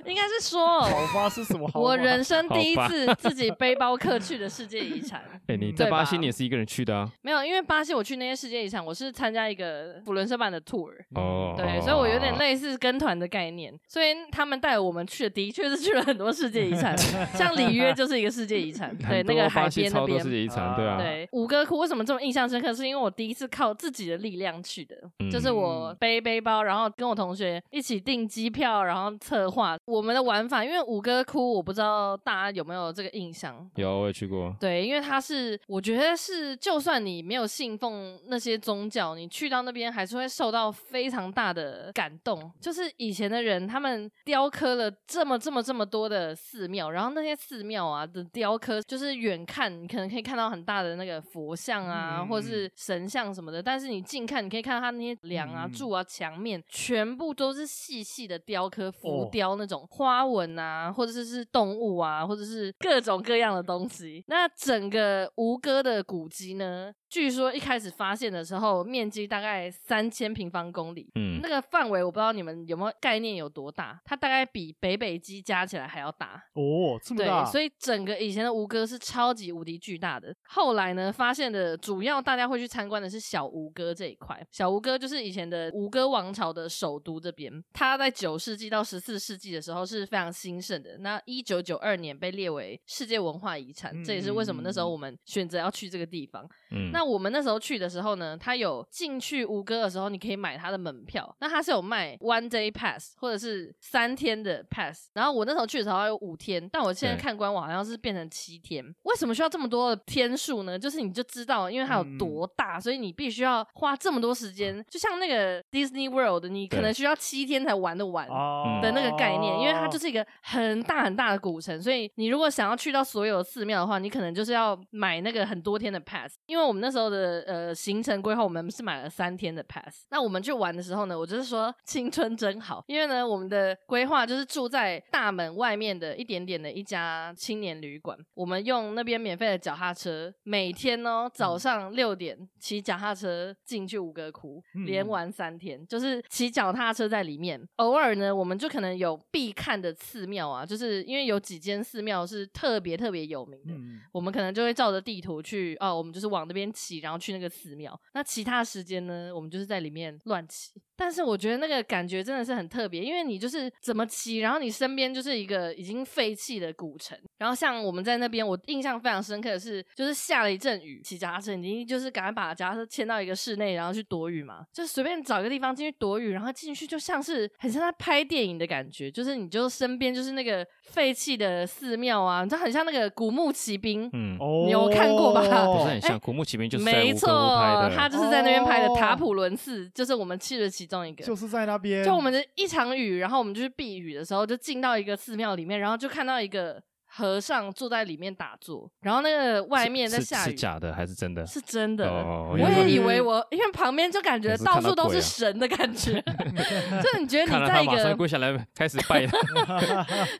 [SPEAKER 1] 应该是说，哦
[SPEAKER 2] 好吧是什么好吧？
[SPEAKER 1] 我人生第一
[SPEAKER 3] 好吧
[SPEAKER 1] 次自己背 包客去的世界遗产。
[SPEAKER 3] 哎，你
[SPEAKER 2] 嗯
[SPEAKER 3] 在
[SPEAKER 1] 对
[SPEAKER 3] 巴
[SPEAKER 1] 吧
[SPEAKER 3] 西你也是一个人去的啊？
[SPEAKER 1] 没有，因为巴西我去那些世界遗产，我是参加一个普伦社办的 tour，
[SPEAKER 3] 哦，
[SPEAKER 1] 嗯对，所以我有点类似跟团的概念。所以他们带我们去的，的确是去了很多世界遗 产，像里约就是一个世界遗产，
[SPEAKER 3] 很
[SPEAKER 1] 对，那
[SPEAKER 3] 多
[SPEAKER 1] 个海
[SPEAKER 3] 巴西
[SPEAKER 1] 边那
[SPEAKER 3] 超多世
[SPEAKER 1] 边。
[SPEAKER 3] 界遗产，对啊，
[SPEAKER 1] 对，五哥窟为什么这么印象深刻？是因为我第一次靠自己的力量去的，
[SPEAKER 3] 嗯
[SPEAKER 1] 就是我背背包，然后跟我同学一起订机票，然后策划我们的玩法。因为五哥窟，我不知道大家有没有这个印象，
[SPEAKER 3] 有我也去过。
[SPEAKER 1] 对，因为它是，我觉得是，就算你没有信奉那些宗教，你去到那边还是会受到非常大的感动。就是以前的人，他们雕刻了这么这么这么多的寺庙，然后那些寺庙啊的雕刻，就是远看你可能可以看到很大的那个佛像啊，
[SPEAKER 2] 嗯
[SPEAKER 1] 或
[SPEAKER 2] 嗯
[SPEAKER 1] 是神像什么的，但是你近看，你可以看到它那些梁啊、
[SPEAKER 2] 嗯嗯
[SPEAKER 1] 柱啊、墙面，全部都是细细的雕刻、浮
[SPEAKER 2] 哦
[SPEAKER 1] 雕那种花纹啊，或者是是动物啊，或者是各种各样的东西。那整个吴哥的古迹呢，据说一开始发现的时候，面积大概三千平方公里。
[SPEAKER 3] 嗯
[SPEAKER 1] 那，个范围我不知道你们有没有概念有多大，它大概比北北基加起来还要大。
[SPEAKER 2] 哦，这么
[SPEAKER 1] 对
[SPEAKER 2] 大，，
[SPEAKER 1] 所以整个以前的吴哥是超级无敌巨大的。后来呢，发现的主要大家会去参观的是小吴哥这一块。小吴哥就是以前的吴哥王朝的首都这边，它在九世纪到十四世纪的时候是非常兴盛的。那一九九二年被列为世界文化遗产，
[SPEAKER 2] 嗯
[SPEAKER 1] 这也是为什么那时候
[SPEAKER 2] 嗯嗯嗯
[SPEAKER 1] 我们选择要去这个地方。
[SPEAKER 3] 嗯，
[SPEAKER 1] 那我们那时候去的时候呢，它有进去吴哥的时候，你可以买它的门票。那它是有卖 one day pass 或者是三天的 pass。然后我那时候去的时候还有五天，但我现在
[SPEAKER 3] 对
[SPEAKER 1] 看官网好像是变成七天。为什么需要这么多的天数呢？就是你就知道，因为它有
[SPEAKER 3] 嗯
[SPEAKER 1] 多大，所以你必须要花这么多时间。就像那个 Disney World，你可
[SPEAKER 3] 对哦
[SPEAKER 1] 能需要七天才玩得完。
[SPEAKER 2] 啊
[SPEAKER 1] 的那个概念，因为它就是是一个很大很大的古城，所以你如果想要去到所有寺庙的话，你可能就是要买那个很多天的 pass。因为我们那时候的呃行程规划，我们是买了三天的 pass。那我们去玩的时候呢，我就是说青春真好，因为呢我们的规划就是住在大门外面的一点点的一家青年旅馆，我们用那边免费的脚踏车，每天哦早上六点骑脚踏车进去五哥窟，
[SPEAKER 2] 嗯
[SPEAKER 1] 连
[SPEAKER 2] 嗯
[SPEAKER 1] 玩三天，就是骑脚踏车在里面。偶尔呢，我们就可能有必看的寺庙啊，就是因为有几间寺庙是特别特别有名的。
[SPEAKER 2] 嗯，
[SPEAKER 1] 我们可能就会照着地图去哦，我们就是往那边骑，然后去那个寺庙。那其他时间呢，我们就是在里面乱骑。但是我觉得那个感觉真的是很特别，因为你就是怎么骑，然后你身边就是一个已经废弃的古城。然后像我们在那边，我印象非常深刻的是，就是下了一阵雨，骑脚踏车，你就是赶快把脚踏车牵到一个室内，然后去躲雨嘛，就随便找一个地方进去躲雨，然后进去就像是很像在拍电影的感觉，就是你就身边就是那个废弃的寺庙啊，你知道很像那个古墓奇兵，
[SPEAKER 3] 嗯，
[SPEAKER 2] 哦，
[SPEAKER 1] 你有看过吧
[SPEAKER 3] 不是很
[SPEAKER 2] 哦
[SPEAKER 3] 像古墓奇兵，就是在
[SPEAKER 1] 哎没
[SPEAKER 3] 吴
[SPEAKER 1] 错
[SPEAKER 3] 哥窟拍，
[SPEAKER 1] 他
[SPEAKER 3] 的。
[SPEAKER 1] 就是在那边拍的
[SPEAKER 2] 哦
[SPEAKER 1] 塔普伦寺，就是我们去的其中一个。
[SPEAKER 2] 就是在那边，
[SPEAKER 1] 就我们的一场雨，然后我们就去避雨的时候，就进到一个寺庙里面，然后就看到一个和尚坐在里面打坐，然后那个外面在
[SPEAKER 3] 是
[SPEAKER 1] 下
[SPEAKER 3] 是
[SPEAKER 1] 雨，
[SPEAKER 3] 假的还是真的？
[SPEAKER 1] 是真的。
[SPEAKER 3] 哦
[SPEAKER 1] 我
[SPEAKER 3] 因为
[SPEAKER 1] 也以为我，因为旁边就感觉
[SPEAKER 3] 你是看
[SPEAKER 1] 到
[SPEAKER 3] 到
[SPEAKER 1] 处都
[SPEAKER 3] 鬼
[SPEAKER 1] 是
[SPEAKER 3] 啊
[SPEAKER 1] 神的感 觉，就你觉得
[SPEAKER 3] 看
[SPEAKER 1] 你
[SPEAKER 3] 到
[SPEAKER 1] 在
[SPEAKER 3] 他
[SPEAKER 1] 一
[SPEAKER 3] 马上
[SPEAKER 1] 个
[SPEAKER 3] 跪下来开始 拜，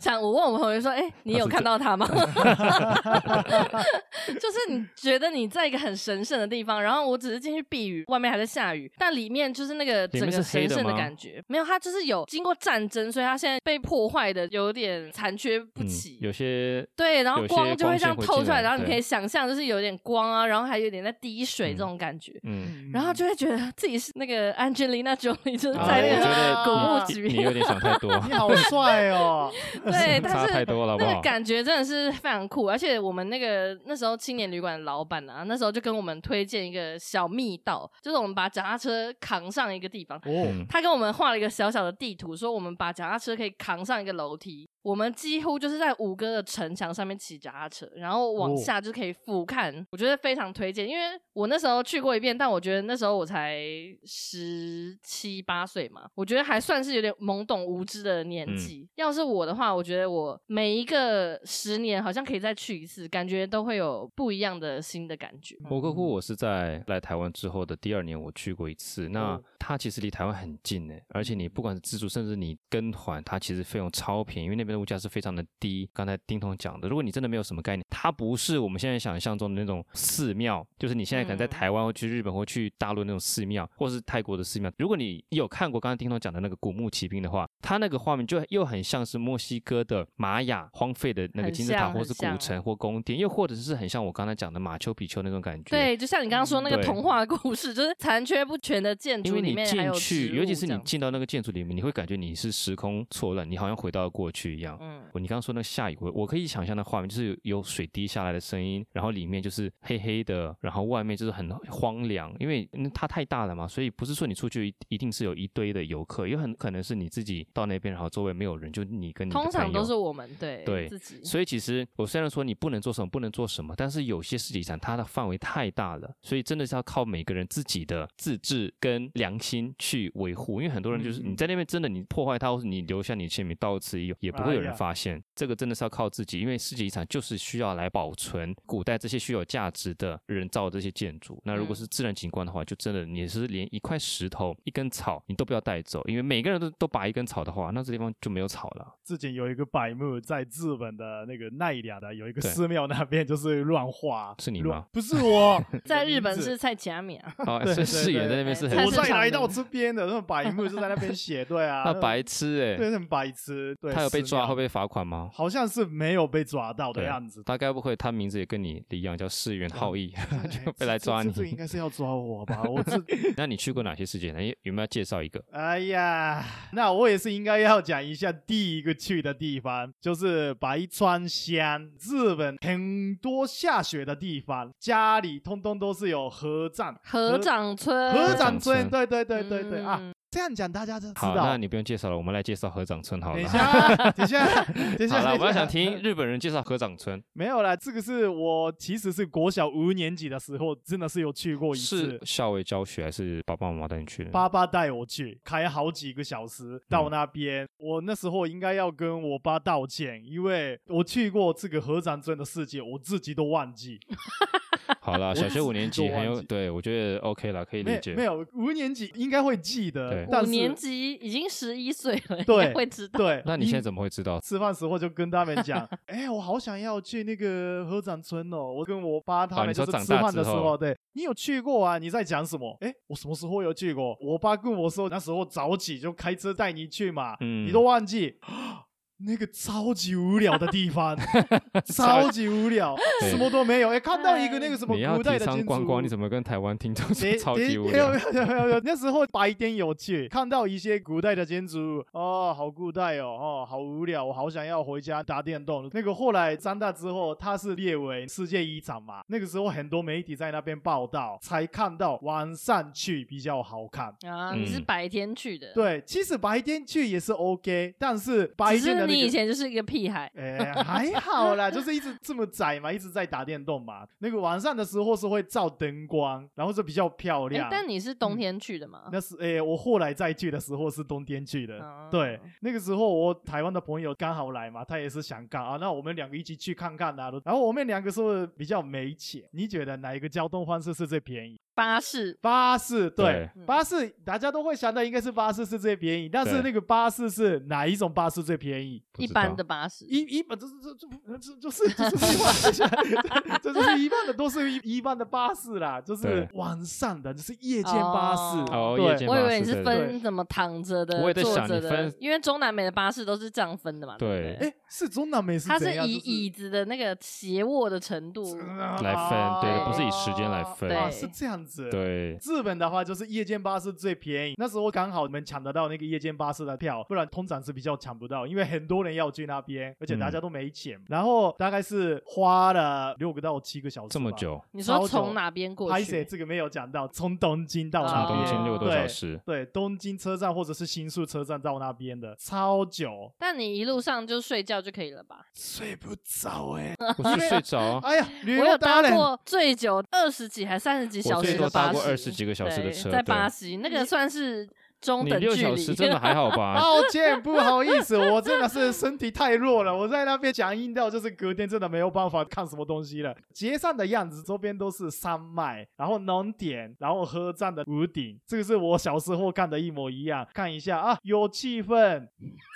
[SPEAKER 1] 想，我问我们同学说，哎、你
[SPEAKER 3] 他
[SPEAKER 1] 有
[SPEAKER 3] 是
[SPEAKER 1] 看
[SPEAKER 3] 这
[SPEAKER 1] 到 他吗？ 就是你觉得你在一个很神圣的地方，然后我只是进去避雨，外面还在下雨，但里面就是那个
[SPEAKER 3] 里
[SPEAKER 1] 整
[SPEAKER 3] 面
[SPEAKER 1] 个
[SPEAKER 3] 是
[SPEAKER 1] 神
[SPEAKER 3] 黑的
[SPEAKER 1] 圣的
[SPEAKER 3] 吗
[SPEAKER 1] 感觉。没有，它就是有经过战争，所以它现在被破坏的有点残缺不
[SPEAKER 3] 嗯
[SPEAKER 1] 齐。
[SPEAKER 3] 有些
[SPEAKER 1] 对，然后
[SPEAKER 3] 有些
[SPEAKER 1] 光就会
[SPEAKER 3] 光
[SPEAKER 1] 这样
[SPEAKER 3] 线会
[SPEAKER 1] 透
[SPEAKER 3] 进
[SPEAKER 1] 出来，
[SPEAKER 3] 来
[SPEAKER 1] 然后你可
[SPEAKER 3] 对
[SPEAKER 1] 以想象，就是有点光啊，然后还有点在滴水这
[SPEAKER 3] 嗯
[SPEAKER 1] 种感觉，
[SPEAKER 3] 嗯，
[SPEAKER 2] 嗯
[SPEAKER 1] 然后就会觉得 自己是那个 Angelina Jolie，就是
[SPEAKER 3] 啊
[SPEAKER 1] 在
[SPEAKER 3] 我
[SPEAKER 1] 那
[SPEAKER 3] 觉
[SPEAKER 1] 个、
[SPEAKER 3] 得
[SPEAKER 1] 古墓
[SPEAKER 3] 你
[SPEAKER 1] 奇
[SPEAKER 3] 你有点想太多，
[SPEAKER 2] 你好帅 哦，
[SPEAKER 1] 对， 但
[SPEAKER 3] 差
[SPEAKER 1] 是
[SPEAKER 3] 太多了，好不
[SPEAKER 1] 那
[SPEAKER 3] 好
[SPEAKER 1] 个？感觉真的是非常酷，而且我们那个那时候青年旅馆的老板啊，那时候就跟我们推荐一个小密道，就是我们把脚踏车扛上一个地方。
[SPEAKER 2] 哦，
[SPEAKER 3] 嗯
[SPEAKER 1] 他跟我们画了一个小小的地图，说我们把脚踏车可以扛上一个楼梯。我们几乎就是在五哥的城墙上面骑脚踏车，然后往
[SPEAKER 2] 哦
[SPEAKER 1] 下就可以俯瞰，我觉得非常推荐。因为我那时候去过一遍，但我觉得那时候我才十七八岁嘛，我觉得还算是有点懵懂无知的年
[SPEAKER 3] 嗯
[SPEAKER 1] 纪。要是我的话，我觉得我每一个十年好像可以再去一次，感觉都会有不一样的新的感觉。
[SPEAKER 3] 博客库我是在来台湾之后的第二年，我去过一次。那
[SPEAKER 2] 哦
[SPEAKER 3] 它其实离台湾很近呢，而且你不管是自助，甚至你跟团，它其实费用超便宜，因为那边的物价是非常的低。刚才丁彤讲的，如果你真的没有什么概念，它不是我们现在想象中的那种寺庙，就是你现在可能在
[SPEAKER 1] 嗯
[SPEAKER 3] 台湾或去日本或去大陆那种寺庙，或是泰国的寺庙。如果你有看过刚才丁彤讲的那个古墓奇兵的话，它那个画面就又很像是墨西哥的玛雅荒废的那个
[SPEAKER 1] 很
[SPEAKER 3] 金字塔，
[SPEAKER 1] 像
[SPEAKER 3] 或
[SPEAKER 1] 很
[SPEAKER 3] 是古
[SPEAKER 1] 像
[SPEAKER 3] 城或宫殿，又或者是很像我刚才讲的马丘比丘那种感觉。
[SPEAKER 1] 对，就像你刚刚说那个
[SPEAKER 3] 嗯对
[SPEAKER 1] 童话故事，就是残缺不全的建
[SPEAKER 3] 因
[SPEAKER 1] 筑
[SPEAKER 3] 为
[SPEAKER 1] 里
[SPEAKER 3] 你
[SPEAKER 1] 面还
[SPEAKER 3] 进
[SPEAKER 1] 有
[SPEAKER 3] 去，
[SPEAKER 1] 植
[SPEAKER 3] 尤其
[SPEAKER 1] 物
[SPEAKER 3] 是
[SPEAKER 1] 这
[SPEAKER 3] 你
[SPEAKER 1] 样
[SPEAKER 3] 进到那个建筑里面，你会感觉你是时空错乱，你好像回到了过去一样。
[SPEAKER 1] 嗯，
[SPEAKER 3] 我你刚刚说那个下雨，我我可以想象那画面，就是有水滴下来的声音，然后里面就是黑黑的，然后外面就是很荒凉，因为嗯它太大了嘛，所以不是说你出去一一定是有一堆的游客，也很可能是你自己到那边，然后周围没有人，就你跟你的
[SPEAKER 1] 通常
[SPEAKER 3] 朋
[SPEAKER 1] 都
[SPEAKER 3] 友
[SPEAKER 1] 是我们对
[SPEAKER 3] 对
[SPEAKER 1] 自己
[SPEAKER 3] 所以其实我虽然说你不能做什么，不能做什么，但是有些世界遗产它的范围太大了，所以真的是要靠每个人自己的自制跟良心去维护。因为很多人就是
[SPEAKER 2] 嗯
[SPEAKER 3] 你在那边真的你破坏它，或是你留下你的签名，到此一游也不会有
[SPEAKER 2] 哎
[SPEAKER 3] 人
[SPEAKER 2] 呀
[SPEAKER 3] 发现。这个真的是要靠自己，因为世界遗产就是需要来保存古代这些具有价值的人造的这些建筑。那如果
[SPEAKER 1] 嗯，
[SPEAKER 3] 是自然景观的话，就真的你是连一块石头、一根草你都不要带走，因为每个人都都拔一根草的话，那这地方就没有草 了。
[SPEAKER 2] 之前有一个百慕在日本的那个奈良的有一个
[SPEAKER 3] 对
[SPEAKER 2] 寺庙那边就是乱画，
[SPEAKER 3] 是你
[SPEAKER 2] 乱
[SPEAKER 3] 吗？
[SPEAKER 2] 不是 我
[SPEAKER 1] 在
[SPEAKER 2] 你的
[SPEAKER 1] 日本
[SPEAKER 2] 名字
[SPEAKER 1] 是蔡奇亚米啊，
[SPEAKER 3] 哦，
[SPEAKER 2] 对
[SPEAKER 3] 所
[SPEAKER 2] 对
[SPEAKER 3] 以世远
[SPEAKER 2] 对
[SPEAKER 3] 在那边是很
[SPEAKER 1] 菜
[SPEAKER 2] 我
[SPEAKER 1] 市
[SPEAKER 2] 再
[SPEAKER 1] 场
[SPEAKER 2] 来
[SPEAKER 1] 的
[SPEAKER 2] 到这边的，那种百慕就在那边写，对 啊，
[SPEAKER 3] 那
[SPEAKER 2] 那
[SPEAKER 3] 白痴哎、
[SPEAKER 2] 对，很白痴，对，
[SPEAKER 3] 他有被抓
[SPEAKER 2] 寺
[SPEAKER 3] 会
[SPEAKER 2] 庙
[SPEAKER 3] 被罚款吗？
[SPEAKER 2] 好像是没有被抓到的
[SPEAKER 3] 对
[SPEAKER 2] 样子，
[SPEAKER 3] 他该不会他名字也跟你一样叫世元 浩义， 就被来抓
[SPEAKER 2] 啊这这这应
[SPEAKER 3] 你？
[SPEAKER 2] 该是要抓我吧？我这，
[SPEAKER 3] 那你去过哪些世界呢？有有没有要介绍一个？
[SPEAKER 2] 哎呀，那我也是应该要讲一下第一个去的地方，就是白川乡，日本很多下雪的地方，家里通通都是有合掌，
[SPEAKER 1] 河长村，
[SPEAKER 2] 合
[SPEAKER 3] 长
[SPEAKER 2] 掌村，对对对对对、啊，
[SPEAKER 1] 嗯，
[SPEAKER 2] 这样讲大家就知
[SPEAKER 3] 好，那
[SPEAKER 2] 道。
[SPEAKER 3] 你不用介绍了，我们来介绍河掌村好
[SPEAKER 2] 等一
[SPEAKER 3] 了。
[SPEAKER 2] 下，等一下，等一
[SPEAKER 3] 好
[SPEAKER 2] 下，等
[SPEAKER 3] 了，
[SPEAKER 2] 一
[SPEAKER 3] 我要
[SPEAKER 2] 下
[SPEAKER 3] 想听日本人介绍河掌村，
[SPEAKER 2] 没有啦，这个是我其实是国小五年级的时候，真的是有去过一次
[SPEAKER 3] 是。校外教学还是爸爸妈妈带你去的？
[SPEAKER 2] 爸爸带我去，开好几个小
[SPEAKER 3] 嗯
[SPEAKER 2] 时到那边。我那时候应该要跟我爸道歉，因为我去过这个合掌村的世界，我自己都忘记。
[SPEAKER 3] 好 了，
[SPEAKER 2] 我
[SPEAKER 3] 小学五年
[SPEAKER 2] 自
[SPEAKER 3] 级
[SPEAKER 2] 己都
[SPEAKER 3] 很有
[SPEAKER 2] 忘记
[SPEAKER 3] 对，我觉得 OK 了，可以理
[SPEAKER 2] 没
[SPEAKER 3] 解。
[SPEAKER 2] 没有五年级应该会记
[SPEAKER 3] 对
[SPEAKER 2] 得，但
[SPEAKER 1] 五
[SPEAKER 2] 是
[SPEAKER 1] 年级已经十一岁 了，应
[SPEAKER 2] 对
[SPEAKER 1] 该会知道。
[SPEAKER 2] 对。
[SPEAKER 3] 那你
[SPEAKER 2] 应
[SPEAKER 3] 现在怎么会知道？
[SPEAKER 2] 吃饭时候就跟他们讲，哎、我好想要去那个合掌村哦。我跟我爸他
[SPEAKER 3] 哦你
[SPEAKER 2] 们
[SPEAKER 3] 说
[SPEAKER 2] 就是
[SPEAKER 3] 长
[SPEAKER 2] 吃
[SPEAKER 3] 大
[SPEAKER 2] 饭
[SPEAKER 3] 之
[SPEAKER 2] 的时
[SPEAKER 3] 后
[SPEAKER 2] 候，对你有去过啊？你在讲什么？哎、我什么时候有去过？我爸跟我说，那时候早起就开车带你去嘛，
[SPEAKER 3] 嗯
[SPEAKER 2] 你都忘记。 那个超级无聊的地 方，超级无聊，
[SPEAKER 3] 对
[SPEAKER 2] 什么都没有。哎，看到一个那个什么
[SPEAKER 3] 你要
[SPEAKER 2] 古
[SPEAKER 3] 提
[SPEAKER 2] 代的
[SPEAKER 3] 倡
[SPEAKER 2] 建
[SPEAKER 3] 观
[SPEAKER 2] 筑，
[SPEAKER 3] 光，你怎么跟台湾听众 说
[SPEAKER 2] 得
[SPEAKER 3] 超
[SPEAKER 2] 得
[SPEAKER 3] 级无
[SPEAKER 2] 没有
[SPEAKER 3] 聊
[SPEAKER 2] 没？有没有没有没有，那时候白天有去看到一些古代的建筑物，哦，好古代哦，哦，好无聊，我好想要回家打电动。那个后来长大之后，它是列为世界遗产嘛，那个时候很多媒体在那边报道，才看到晚上去比较好看。
[SPEAKER 1] 啊，你是
[SPEAKER 3] 嗯
[SPEAKER 1] 白天去的，，
[SPEAKER 2] 对，其实白天去也是 OK，但是 白
[SPEAKER 1] 只
[SPEAKER 2] 天
[SPEAKER 1] 是
[SPEAKER 2] 的那
[SPEAKER 1] 你以
[SPEAKER 2] 个。
[SPEAKER 1] 前就是一个屁孩，
[SPEAKER 2] 哎，还好啦，就是一直这么窄嘛，一直在打电动嘛。那个晚上的时候是会照灯光，然后是比较漂
[SPEAKER 1] 哎
[SPEAKER 2] 亮。
[SPEAKER 1] 但你是
[SPEAKER 3] 嗯
[SPEAKER 1] 冬天去的嘛？
[SPEAKER 2] 那是诶、我后来再去的时候是冬天去的，
[SPEAKER 1] 哦
[SPEAKER 2] 对，那个时候我台湾的朋友刚好来嘛，他也是想干啊，那我们两个一起去看看啦、然后我们两个说比较没钱，你觉得哪一个交通方式是最便宜？
[SPEAKER 1] 巴士，
[SPEAKER 2] 巴士，对，
[SPEAKER 1] 对
[SPEAKER 2] 巴士大家都会想到应该是巴士是最便宜，但
[SPEAKER 3] 对
[SPEAKER 2] 是那个巴士是哪一种巴士最便宜？
[SPEAKER 3] 不
[SPEAKER 1] 一
[SPEAKER 3] 知道
[SPEAKER 1] 般的巴士，
[SPEAKER 2] 一一般这这这这就是就是一般的，这 就是一般的都是一一般的巴士啦，就是
[SPEAKER 3] 对
[SPEAKER 2] 晚上的，就是夜间巴士，
[SPEAKER 1] 哦
[SPEAKER 3] 哦，
[SPEAKER 2] 对
[SPEAKER 3] 夜间
[SPEAKER 1] 我以
[SPEAKER 3] 巴
[SPEAKER 1] 为你
[SPEAKER 3] 士
[SPEAKER 1] 是
[SPEAKER 3] 对对
[SPEAKER 1] 分怎么躺着的、
[SPEAKER 3] 我也在
[SPEAKER 1] 坐
[SPEAKER 3] 想
[SPEAKER 1] 着
[SPEAKER 3] 你
[SPEAKER 1] 的
[SPEAKER 3] 分，
[SPEAKER 1] 因为中南美的巴士都是这样分的嘛，对不
[SPEAKER 3] 对
[SPEAKER 1] 对？
[SPEAKER 2] 哎，是中南美是
[SPEAKER 1] 它
[SPEAKER 2] 怎
[SPEAKER 1] 是
[SPEAKER 2] 样
[SPEAKER 1] 以
[SPEAKER 2] 就是呃
[SPEAKER 1] 椅子的那个斜卧的程度，
[SPEAKER 3] 来分对不是以时间来分
[SPEAKER 2] 啊
[SPEAKER 1] 对
[SPEAKER 2] 是这样子。，
[SPEAKER 3] 对，
[SPEAKER 2] 日本的话就是夜间巴士最便宜，那时候刚好我们抢得到那个夜间巴士的票，不然通常是比较抢不到，因为很多能要去那边，而且
[SPEAKER 3] 嗯
[SPEAKER 2] 大家都没钱。然后大概是花了六个到七个小时，
[SPEAKER 3] 这么。久，
[SPEAKER 1] 你
[SPEAKER 2] 超
[SPEAKER 1] 说
[SPEAKER 2] 久
[SPEAKER 1] 从哪边过
[SPEAKER 2] 拍谁
[SPEAKER 1] 去？
[SPEAKER 2] 这个没有讲到，从东京到
[SPEAKER 1] 啊
[SPEAKER 2] 那
[SPEAKER 3] 从
[SPEAKER 2] 边，
[SPEAKER 3] 东京六个多
[SPEAKER 2] 对
[SPEAKER 3] 小时，
[SPEAKER 2] 对，东京车站或者是新宿车站到那边的，超久，
[SPEAKER 1] 但你一路上就睡觉就可以了吧？
[SPEAKER 2] 睡不着哎、
[SPEAKER 3] 我是睡 着，
[SPEAKER 2] 哎呀，旅
[SPEAKER 1] 我有
[SPEAKER 2] 游达
[SPEAKER 1] 搭
[SPEAKER 2] 人，
[SPEAKER 1] 过最久二十几还三十几小
[SPEAKER 3] 我
[SPEAKER 1] 时
[SPEAKER 3] 最
[SPEAKER 1] 的
[SPEAKER 3] 多
[SPEAKER 1] 巴
[SPEAKER 3] 搭
[SPEAKER 1] 士，
[SPEAKER 3] 过二十几个小时的
[SPEAKER 1] 对
[SPEAKER 3] 车，
[SPEAKER 1] 在
[SPEAKER 3] 对
[SPEAKER 1] 巴西那个算是中
[SPEAKER 3] 你
[SPEAKER 1] 等距
[SPEAKER 3] 六
[SPEAKER 1] 离。
[SPEAKER 3] 小时真的还好 吧？
[SPEAKER 2] 抱歉，不好意思， 我真的是身体太弱了，我在那边讲硬道，就是隔天真的没有办法看什么东西了。街上的样子，周边都是山脉，然后农田，然后河站的屋顶，这个是我小时候看的一模一样。看一下啊，有气氛，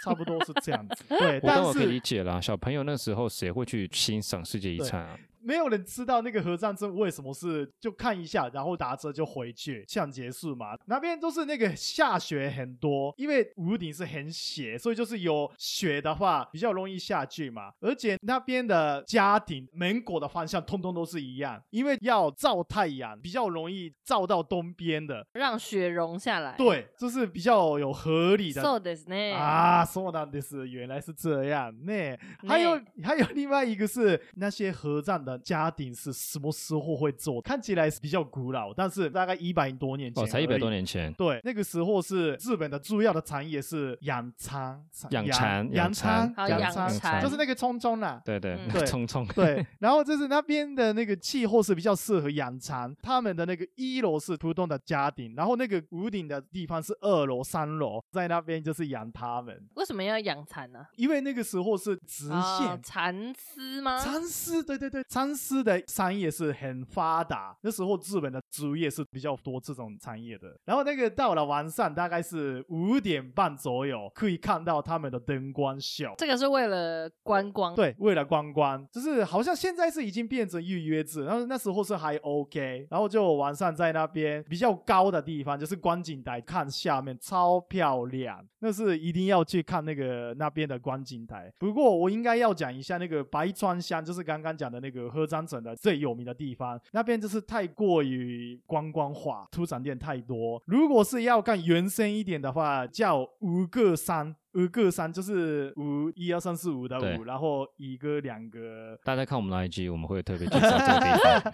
[SPEAKER 2] 差不多是这样子。对，
[SPEAKER 3] 我但
[SPEAKER 2] 但
[SPEAKER 3] 我可以理
[SPEAKER 2] 是
[SPEAKER 3] 解啦，小朋友那时候谁会去欣赏世界遗
[SPEAKER 2] 对
[SPEAKER 3] 产啊？
[SPEAKER 2] 没有人知道那个河站是为什么是，就看一下，然后打车就回去，这样结束嘛。那边都是那个下雪很多，因为屋顶是很斜，所以就是有雪的话比较容易下去嘛。而且那边的家庭门口的方向通通都是一样，因为要照太阳，比较容易照到东边的。
[SPEAKER 1] 让雪融下来。
[SPEAKER 2] 对，这是比较有合理的。
[SPEAKER 1] ，so this 呢？
[SPEAKER 2] 啊，そうなんです。原来是这样。那还有
[SPEAKER 1] ね
[SPEAKER 2] 还有另外一个是那些合葬的家庭是什么时候会做？看起来是比较古老，但是大概一百多年前，
[SPEAKER 3] 哦，才一百多。年前，
[SPEAKER 2] 对，那个时候是日本的主要的产业是养蚕、
[SPEAKER 3] 养蚕
[SPEAKER 2] 蚕、养
[SPEAKER 3] 蚕、
[SPEAKER 1] 好
[SPEAKER 2] 养
[SPEAKER 1] 养蚕
[SPEAKER 2] 就是那个葱葱啦。
[SPEAKER 3] 对对
[SPEAKER 1] 嗯，
[SPEAKER 3] 那
[SPEAKER 2] 对
[SPEAKER 3] 匆匆，
[SPEAKER 2] 对，然后就是那边的那个气候是比较适合养蚕，他们的那个一楼是普通的家庭，然后那个屋顶的地方是二楼、三楼，在那边就是养他们。
[SPEAKER 1] 为什么要养蚕呢？
[SPEAKER 2] 因为那个时候是直
[SPEAKER 1] 啊，
[SPEAKER 2] 线。
[SPEAKER 1] 蚕丝吗？
[SPEAKER 2] 蚕丝，对对对，蚕丝的产业是很发达。那时候日本的竹业是比较多这种产业的。然后那个到了晚上，大概是五点半左右，可以看到他们的灯光秀。
[SPEAKER 1] 这个是为了观光。
[SPEAKER 2] 对，为了观光，就是好像现在是已经变成预约制，然后那时候是还 OK，然后就晚上在那边比较高的地方，就是观景台看下面，超漂亮，那是一定要去看那个那边的观景台。不过我应该要讲一下那个白川乡，就是刚刚讲的那个合张城的最有名的地方，那边就是太过于观光化，土产店太多。如果是要看原生一点的话，叫五个山。五个山就是五一二三四五的
[SPEAKER 3] 对
[SPEAKER 2] 五，然后一个两个，
[SPEAKER 3] 大家看我们的 IG，我们会特别介绍这个地 方。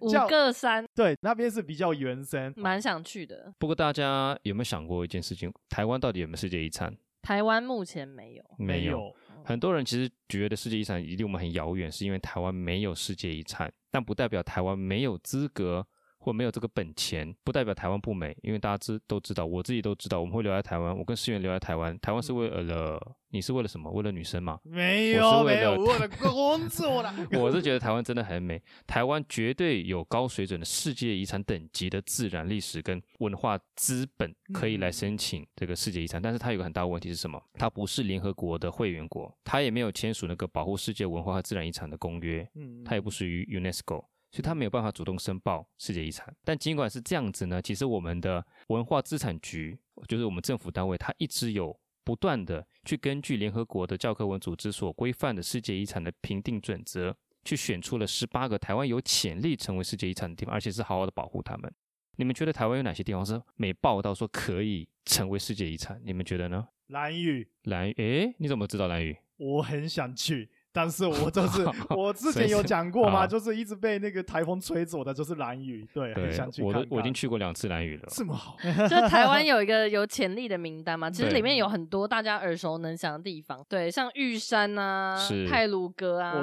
[SPEAKER 1] 五
[SPEAKER 2] 叫
[SPEAKER 1] 个山，
[SPEAKER 2] 对，那边是比较原生。
[SPEAKER 1] 蛮想去的。
[SPEAKER 3] 不过大家有没有想过一件事情？台湾到底有没有世界遗产？
[SPEAKER 1] 台湾目前没有。
[SPEAKER 3] 没
[SPEAKER 2] 没
[SPEAKER 3] 有。
[SPEAKER 2] 有，
[SPEAKER 3] 很多人其实觉得世界遗产离我们很遥远，是因为台湾没有世界遗产，但不代表台湾没有资格或没有这个本钱，不代表台湾不美。因为大家知都知道，我自己都知道，我们会留在台湾，我跟思源留在台湾，台湾是为了你是为了什么？为了女生嘛。
[SPEAKER 2] 没
[SPEAKER 3] 我
[SPEAKER 2] 有，
[SPEAKER 3] 是为
[SPEAKER 2] 没有，
[SPEAKER 3] 了
[SPEAKER 2] 我的工 作了。
[SPEAKER 3] 我是觉得台湾真的很美，台湾绝对有高水准的世界遗产等级的自然历史跟文化资本可以来申请这个世界遗产，但是它有个很大的问题是什么？它不是联合国的会员国，它也没有签署那个保护世界文化和自然遗产的公约，
[SPEAKER 2] 嗯，
[SPEAKER 3] 它也不属于 UNESCO。所以它没有办法主动申报世界遗产，但尽管是这样子呢，其实我们的文化资产局，就是我们政府单位，它一直有不断的去根据联合国的教科文组织所规范的世界遗产的评定准则，去选出了十八个台湾有潜力成为世界遗产的地方，而且是好好的保护它们。你们觉得台湾有哪些地方是没报到说可以成为世界遗产？你们觉得呢？
[SPEAKER 2] 蓝雨，
[SPEAKER 3] 蓝屿，诶，你怎么知道蓝屿？
[SPEAKER 2] 我很想去，但是我就是 我之
[SPEAKER 3] 所以
[SPEAKER 2] 前有
[SPEAKER 3] 是
[SPEAKER 2] 讲过嘛，
[SPEAKER 3] 啊
[SPEAKER 2] 就是一直被那个台风吹走的，就是蓝雨，对，
[SPEAKER 3] 对
[SPEAKER 2] 很想，去
[SPEAKER 3] 我
[SPEAKER 2] 看
[SPEAKER 3] 都
[SPEAKER 2] 看。
[SPEAKER 3] 我已经去过两次蓝屿了。
[SPEAKER 2] 这么好，
[SPEAKER 1] 就是台湾有一个有潜力的名单嘛，其实
[SPEAKER 3] 对
[SPEAKER 1] 里面有很多大家耳熟能详的地方，对，像玉山啊
[SPEAKER 3] 是、
[SPEAKER 1] 泰鲁阁
[SPEAKER 3] 嗯
[SPEAKER 1] 啊、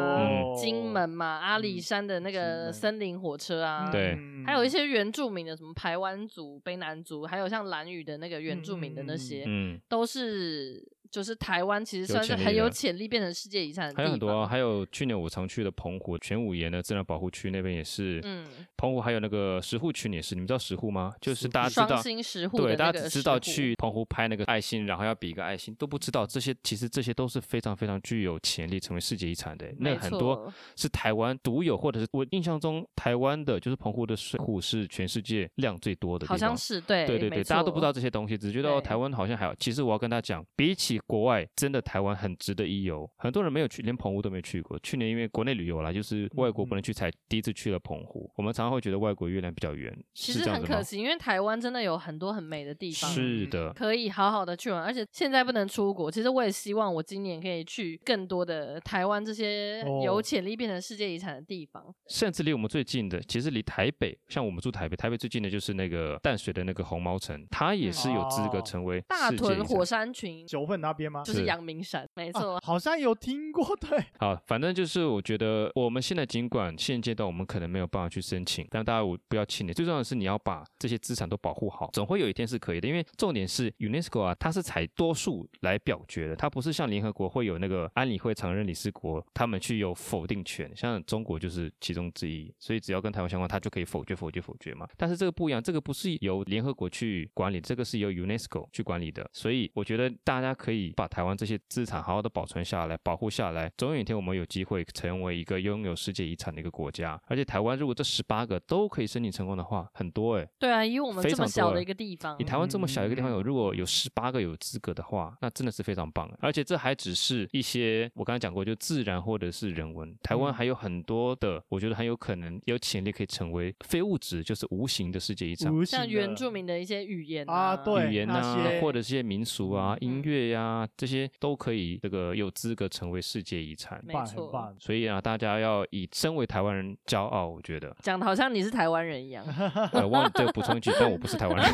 [SPEAKER 2] 哦
[SPEAKER 1] 金门嘛、阿里山的那
[SPEAKER 2] 金
[SPEAKER 1] 个
[SPEAKER 2] 门
[SPEAKER 1] 森林火车啊，
[SPEAKER 3] 对
[SPEAKER 2] 嗯
[SPEAKER 1] 还有一些原住民的什么排湾族、卑南族，还有像兰屿的那个原住民的那些，
[SPEAKER 3] 嗯，
[SPEAKER 1] 都是就是台湾其实
[SPEAKER 3] 有
[SPEAKER 1] 算是
[SPEAKER 3] 潜力
[SPEAKER 1] 很有
[SPEAKER 3] 的
[SPEAKER 1] 潜力变成世界遗产的地
[SPEAKER 3] 还
[SPEAKER 1] 方，
[SPEAKER 3] 有很多、啊，还有去年我常去的澎湖全武岩的自然保护区那边也是，
[SPEAKER 1] 嗯，
[SPEAKER 3] 澎湖还有那个石沪区也是，你们知道石沪吗？就是大家知
[SPEAKER 1] 双
[SPEAKER 3] 道。
[SPEAKER 1] 星石户
[SPEAKER 3] 对，
[SPEAKER 1] 的
[SPEAKER 3] 大
[SPEAKER 1] 那
[SPEAKER 3] 家
[SPEAKER 1] 个石
[SPEAKER 3] 只知
[SPEAKER 1] 户
[SPEAKER 3] 道去澎湖拍那个爱心，然后要比一个爱心，都不知道这些其实这些都是非常非常具有潜力成为世界遗产的。那
[SPEAKER 1] 没
[SPEAKER 3] 很多
[SPEAKER 1] 错
[SPEAKER 3] 是台湾独有，或者是我印象中台湾的就是澎湖的水库是全世界量最多的地
[SPEAKER 1] 好
[SPEAKER 3] 方
[SPEAKER 1] 像。是对
[SPEAKER 3] 对对
[SPEAKER 1] 没
[SPEAKER 3] 对，大家都不知
[SPEAKER 1] 错
[SPEAKER 3] 道这些东西，只是觉得哦
[SPEAKER 1] 对
[SPEAKER 3] 台湾好像还好。其实我要跟他讲，比起国外真的台湾很值得一游，很多人没有去，连澎湖都没去过。去年因为国内旅游啦，就是外国
[SPEAKER 1] 嗯
[SPEAKER 3] 不能去，才第一次去了澎湖。我们常常会觉得外国月亮比较圆，
[SPEAKER 1] 其
[SPEAKER 3] 是
[SPEAKER 1] 实
[SPEAKER 3] 这样
[SPEAKER 1] 很
[SPEAKER 3] 子吗
[SPEAKER 1] 可？惜，因为台湾真的有很多很美的地方。嗯
[SPEAKER 3] 是的，
[SPEAKER 1] 可以好好的去玩，而且现在不能出国。其实我也希望我今年可以去更多的台湾这些
[SPEAKER 2] 哦
[SPEAKER 1] 有潜力变成世界遗产的地方。
[SPEAKER 3] 甚至离我们最近的，其实离台北，像我们住台北，台北最近的就是那个淡水的那个红毛城，它也是有资格
[SPEAKER 2] 哦
[SPEAKER 3] 成为
[SPEAKER 1] 嗯大
[SPEAKER 3] 世界遗
[SPEAKER 1] 屯
[SPEAKER 3] 产哦
[SPEAKER 1] 火山群
[SPEAKER 2] 嗯九份那边吗？
[SPEAKER 1] 就是
[SPEAKER 3] 是
[SPEAKER 1] 阳明山，没
[SPEAKER 2] 啊
[SPEAKER 1] 错。
[SPEAKER 2] 好像有听过，对，
[SPEAKER 3] 好，反正就是我觉得我们现在尽管现阶段我们可能没有办法去申请，但大家我不要气馁，最重要的是你要把这些资产都保护好，总会有一天是可以的。因为重点是 UNESCO 啊，它是采多数来表决的，它不是像联合国会有那个安理会常任理事国他们去有否定权，像中国就是其中之一，所以只要跟台湾相关，它就可以否决、否决、否决嘛。但是这个不一样，这个不是由联合国去管理，这个是由 UNESCO 去管理的，所以我觉得大家可以把台湾这些资产好好的保存下来、保护下来，总有一天我们有机会成为一个拥有世界遗产的一个国家。而且台湾如果这十八个都可以申请成功的话，很多欸诶、
[SPEAKER 1] 对啊，以我们
[SPEAKER 3] 非
[SPEAKER 1] 这么
[SPEAKER 3] 常
[SPEAKER 1] 小
[SPEAKER 3] 多
[SPEAKER 1] 的
[SPEAKER 3] 了
[SPEAKER 1] 一个地方
[SPEAKER 3] 你，台湾这么小一个地方有，如果有十八个有资格的话，那真的是非常棒。而且这还只是一些我刚才讲过，就自然或者是人文，台湾还有很多的，我觉得很有可能有潜力可以成为非物质，就是无形的世界遗产。
[SPEAKER 2] 无
[SPEAKER 1] 像
[SPEAKER 2] 形的
[SPEAKER 1] 原住民的一些语言
[SPEAKER 2] 啊对
[SPEAKER 3] 语言
[SPEAKER 2] 那些
[SPEAKER 3] 啊，或者是一些民俗啊、
[SPEAKER 1] 嗯
[SPEAKER 3] 音乐呀、这些都可以这个有资格成为世界遗产。
[SPEAKER 1] 没
[SPEAKER 2] 棒很
[SPEAKER 1] 错，
[SPEAKER 2] 棒，
[SPEAKER 3] 所以啊，大家要以身为台湾人骄傲，我觉得。
[SPEAKER 1] 讲的好像你是台湾人 一样。
[SPEAKER 3] 呃，忘了再补充一句，但我不是台湾人。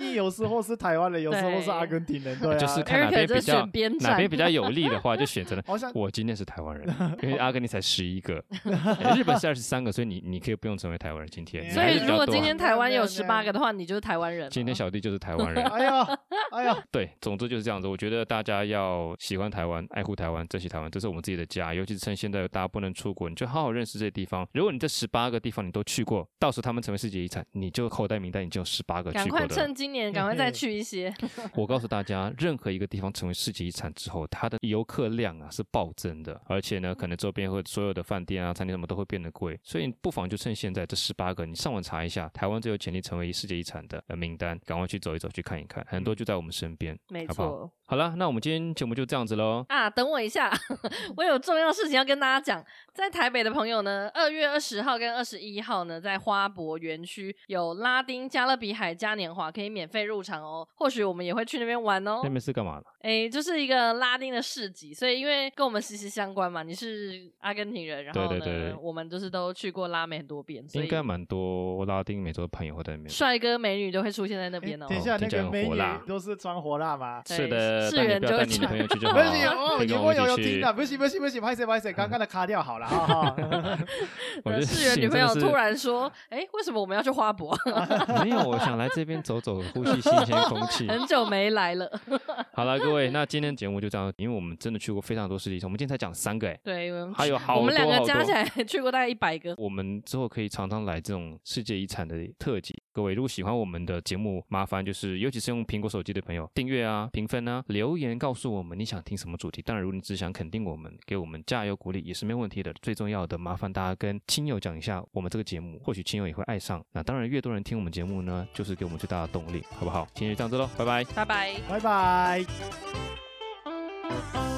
[SPEAKER 2] 你你有时候是台湾人，有时候是阿根廷人，对啊，
[SPEAKER 3] 就是看
[SPEAKER 1] Erica
[SPEAKER 3] 哪边
[SPEAKER 1] 就
[SPEAKER 3] 比较
[SPEAKER 1] 选边站
[SPEAKER 3] 哪边比较有利的话，就选择了。
[SPEAKER 2] 好像
[SPEAKER 3] 我今天是台湾 人，因为阿根廷才十一个，哎日本是二十三个，所以你你可以不用成为台湾人。今天，
[SPEAKER 2] 所
[SPEAKER 3] 你
[SPEAKER 1] 所
[SPEAKER 3] 还
[SPEAKER 1] 以
[SPEAKER 3] 是比
[SPEAKER 1] 如
[SPEAKER 3] 较
[SPEAKER 1] 果
[SPEAKER 3] 多啊
[SPEAKER 1] 今天台湾有
[SPEAKER 2] 没有
[SPEAKER 1] 十八个的话，你就是台湾人了。
[SPEAKER 3] 今天小弟就是台湾人，
[SPEAKER 2] 哎呀，哎呀，
[SPEAKER 3] 对，总之就是这样子。我觉得大家要喜欢台湾，爱护台湾，珍惜台湾，这是我们自己的家。尤其是趁现在大家不能出国，你就好好认识这些地方。如果你这十八个地方你都去过，到时候他们成为世界遗产，你就口袋名单已经有十八个
[SPEAKER 1] 赶
[SPEAKER 3] 去过
[SPEAKER 1] 快
[SPEAKER 3] 的了
[SPEAKER 1] 趁。今年，赶快 再去一些。
[SPEAKER 3] 我告诉大家，任何一个地方成为世界遗产之后，它的游客量啊是暴增的，而且呢，可能周边会所有的饭店啊、餐厅什么都会变得贵，所以你不妨就趁现在这十八个，你上网查一下台湾最有潜力成为世界遗产的呃名单，赶快去走一走，去看一看，很多就在我们身边，
[SPEAKER 1] 没
[SPEAKER 3] 好不好？
[SPEAKER 1] 错
[SPEAKER 3] 好了，那我们今天节目就这样子喽。
[SPEAKER 1] 啊，等我一下， 我有重要事情要跟大家讲。在台北的朋友呢，二月二十号跟二十一号呢，在花博园区有拉丁加勒比海嘉年华，可以免费入场哦。或许我们也会去那边玩哦。
[SPEAKER 3] 那边是干嘛的？
[SPEAKER 1] 诶，就是一个拉丁的市集，所以因为跟我们息息相关嘛，你是阿根廷人，然后呢，
[SPEAKER 3] 对对对对
[SPEAKER 1] 我们就是都去过拉美很多遍，所
[SPEAKER 3] 应
[SPEAKER 1] 以
[SPEAKER 3] 该蛮多拉丁美洲的朋友会在那边。
[SPEAKER 1] 帅哥美女都会出现在那边哦。
[SPEAKER 2] 等一下，那
[SPEAKER 3] 听起来
[SPEAKER 2] 个
[SPEAKER 3] 很
[SPEAKER 2] 美
[SPEAKER 3] 火
[SPEAKER 2] 女
[SPEAKER 3] 辣
[SPEAKER 2] 都是穿火辣吗？
[SPEAKER 1] 对
[SPEAKER 3] 是的，
[SPEAKER 1] 世
[SPEAKER 3] 但你
[SPEAKER 1] 人
[SPEAKER 3] 不
[SPEAKER 1] 就
[SPEAKER 3] 要
[SPEAKER 1] 会
[SPEAKER 3] 带你女朋友去就好
[SPEAKER 2] 不 行，哦，
[SPEAKER 3] 可以
[SPEAKER 2] 你
[SPEAKER 3] 跟
[SPEAKER 2] 我
[SPEAKER 3] 我
[SPEAKER 2] 有
[SPEAKER 3] 们一
[SPEAKER 2] 有
[SPEAKER 3] 起
[SPEAKER 2] 听
[SPEAKER 3] 去
[SPEAKER 2] 的，。不行不行不行，拍谁拍 谁，刚刚的卡掉好了，哈哈。
[SPEAKER 3] 我觉
[SPEAKER 1] 呃
[SPEAKER 3] 得
[SPEAKER 1] 世人
[SPEAKER 3] 信
[SPEAKER 1] 女朋友
[SPEAKER 3] 真的是
[SPEAKER 1] 突然说：“诶，为什么我们要去花博？
[SPEAKER 3] 没有，我想来这边走走，呼吸新鲜空气。
[SPEAKER 1] 很久没来了。
[SPEAKER 3] 好了，各位，那今天节目就这样，因为我们真的去过非常多世界遗产，我们今天才讲三个哎”，
[SPEAKER 1] 对，我们
[SPEAKER 3] 还有好
[SPEAKER 1] 我
[SPEAKER 3] 多
[SPEAKER 1] 们两个
[SPEAKER 3] 好
[SPEAKER 1] 加
[SPEAKER 3] 多
[SPEAKER 1] 起来 去过大概一百个。
[SPEAKER 3] 我们之后可以常常来这种世界遗产的特辑。各位如果喜欢我们的节目，麻烦就是尤其是用苹果手机的朋友订阅啊、评分啊、留言告诉我们你想听什么主题。当然，如果你只想肯定我们，给我们加油鼓励也是没问题的。最重要的，麻烦大家跟亲友讲一下我们这个节目，或许亲友也会爱上。那当然，越多人听我们节目呢，就是给我们最大的动力，好不好？今天就这样子喽，拜拜。
[SPEAKER 1] 拜拜。
[SPEAKER 2] 拜拜。
[SPEAKER 1] Thank you.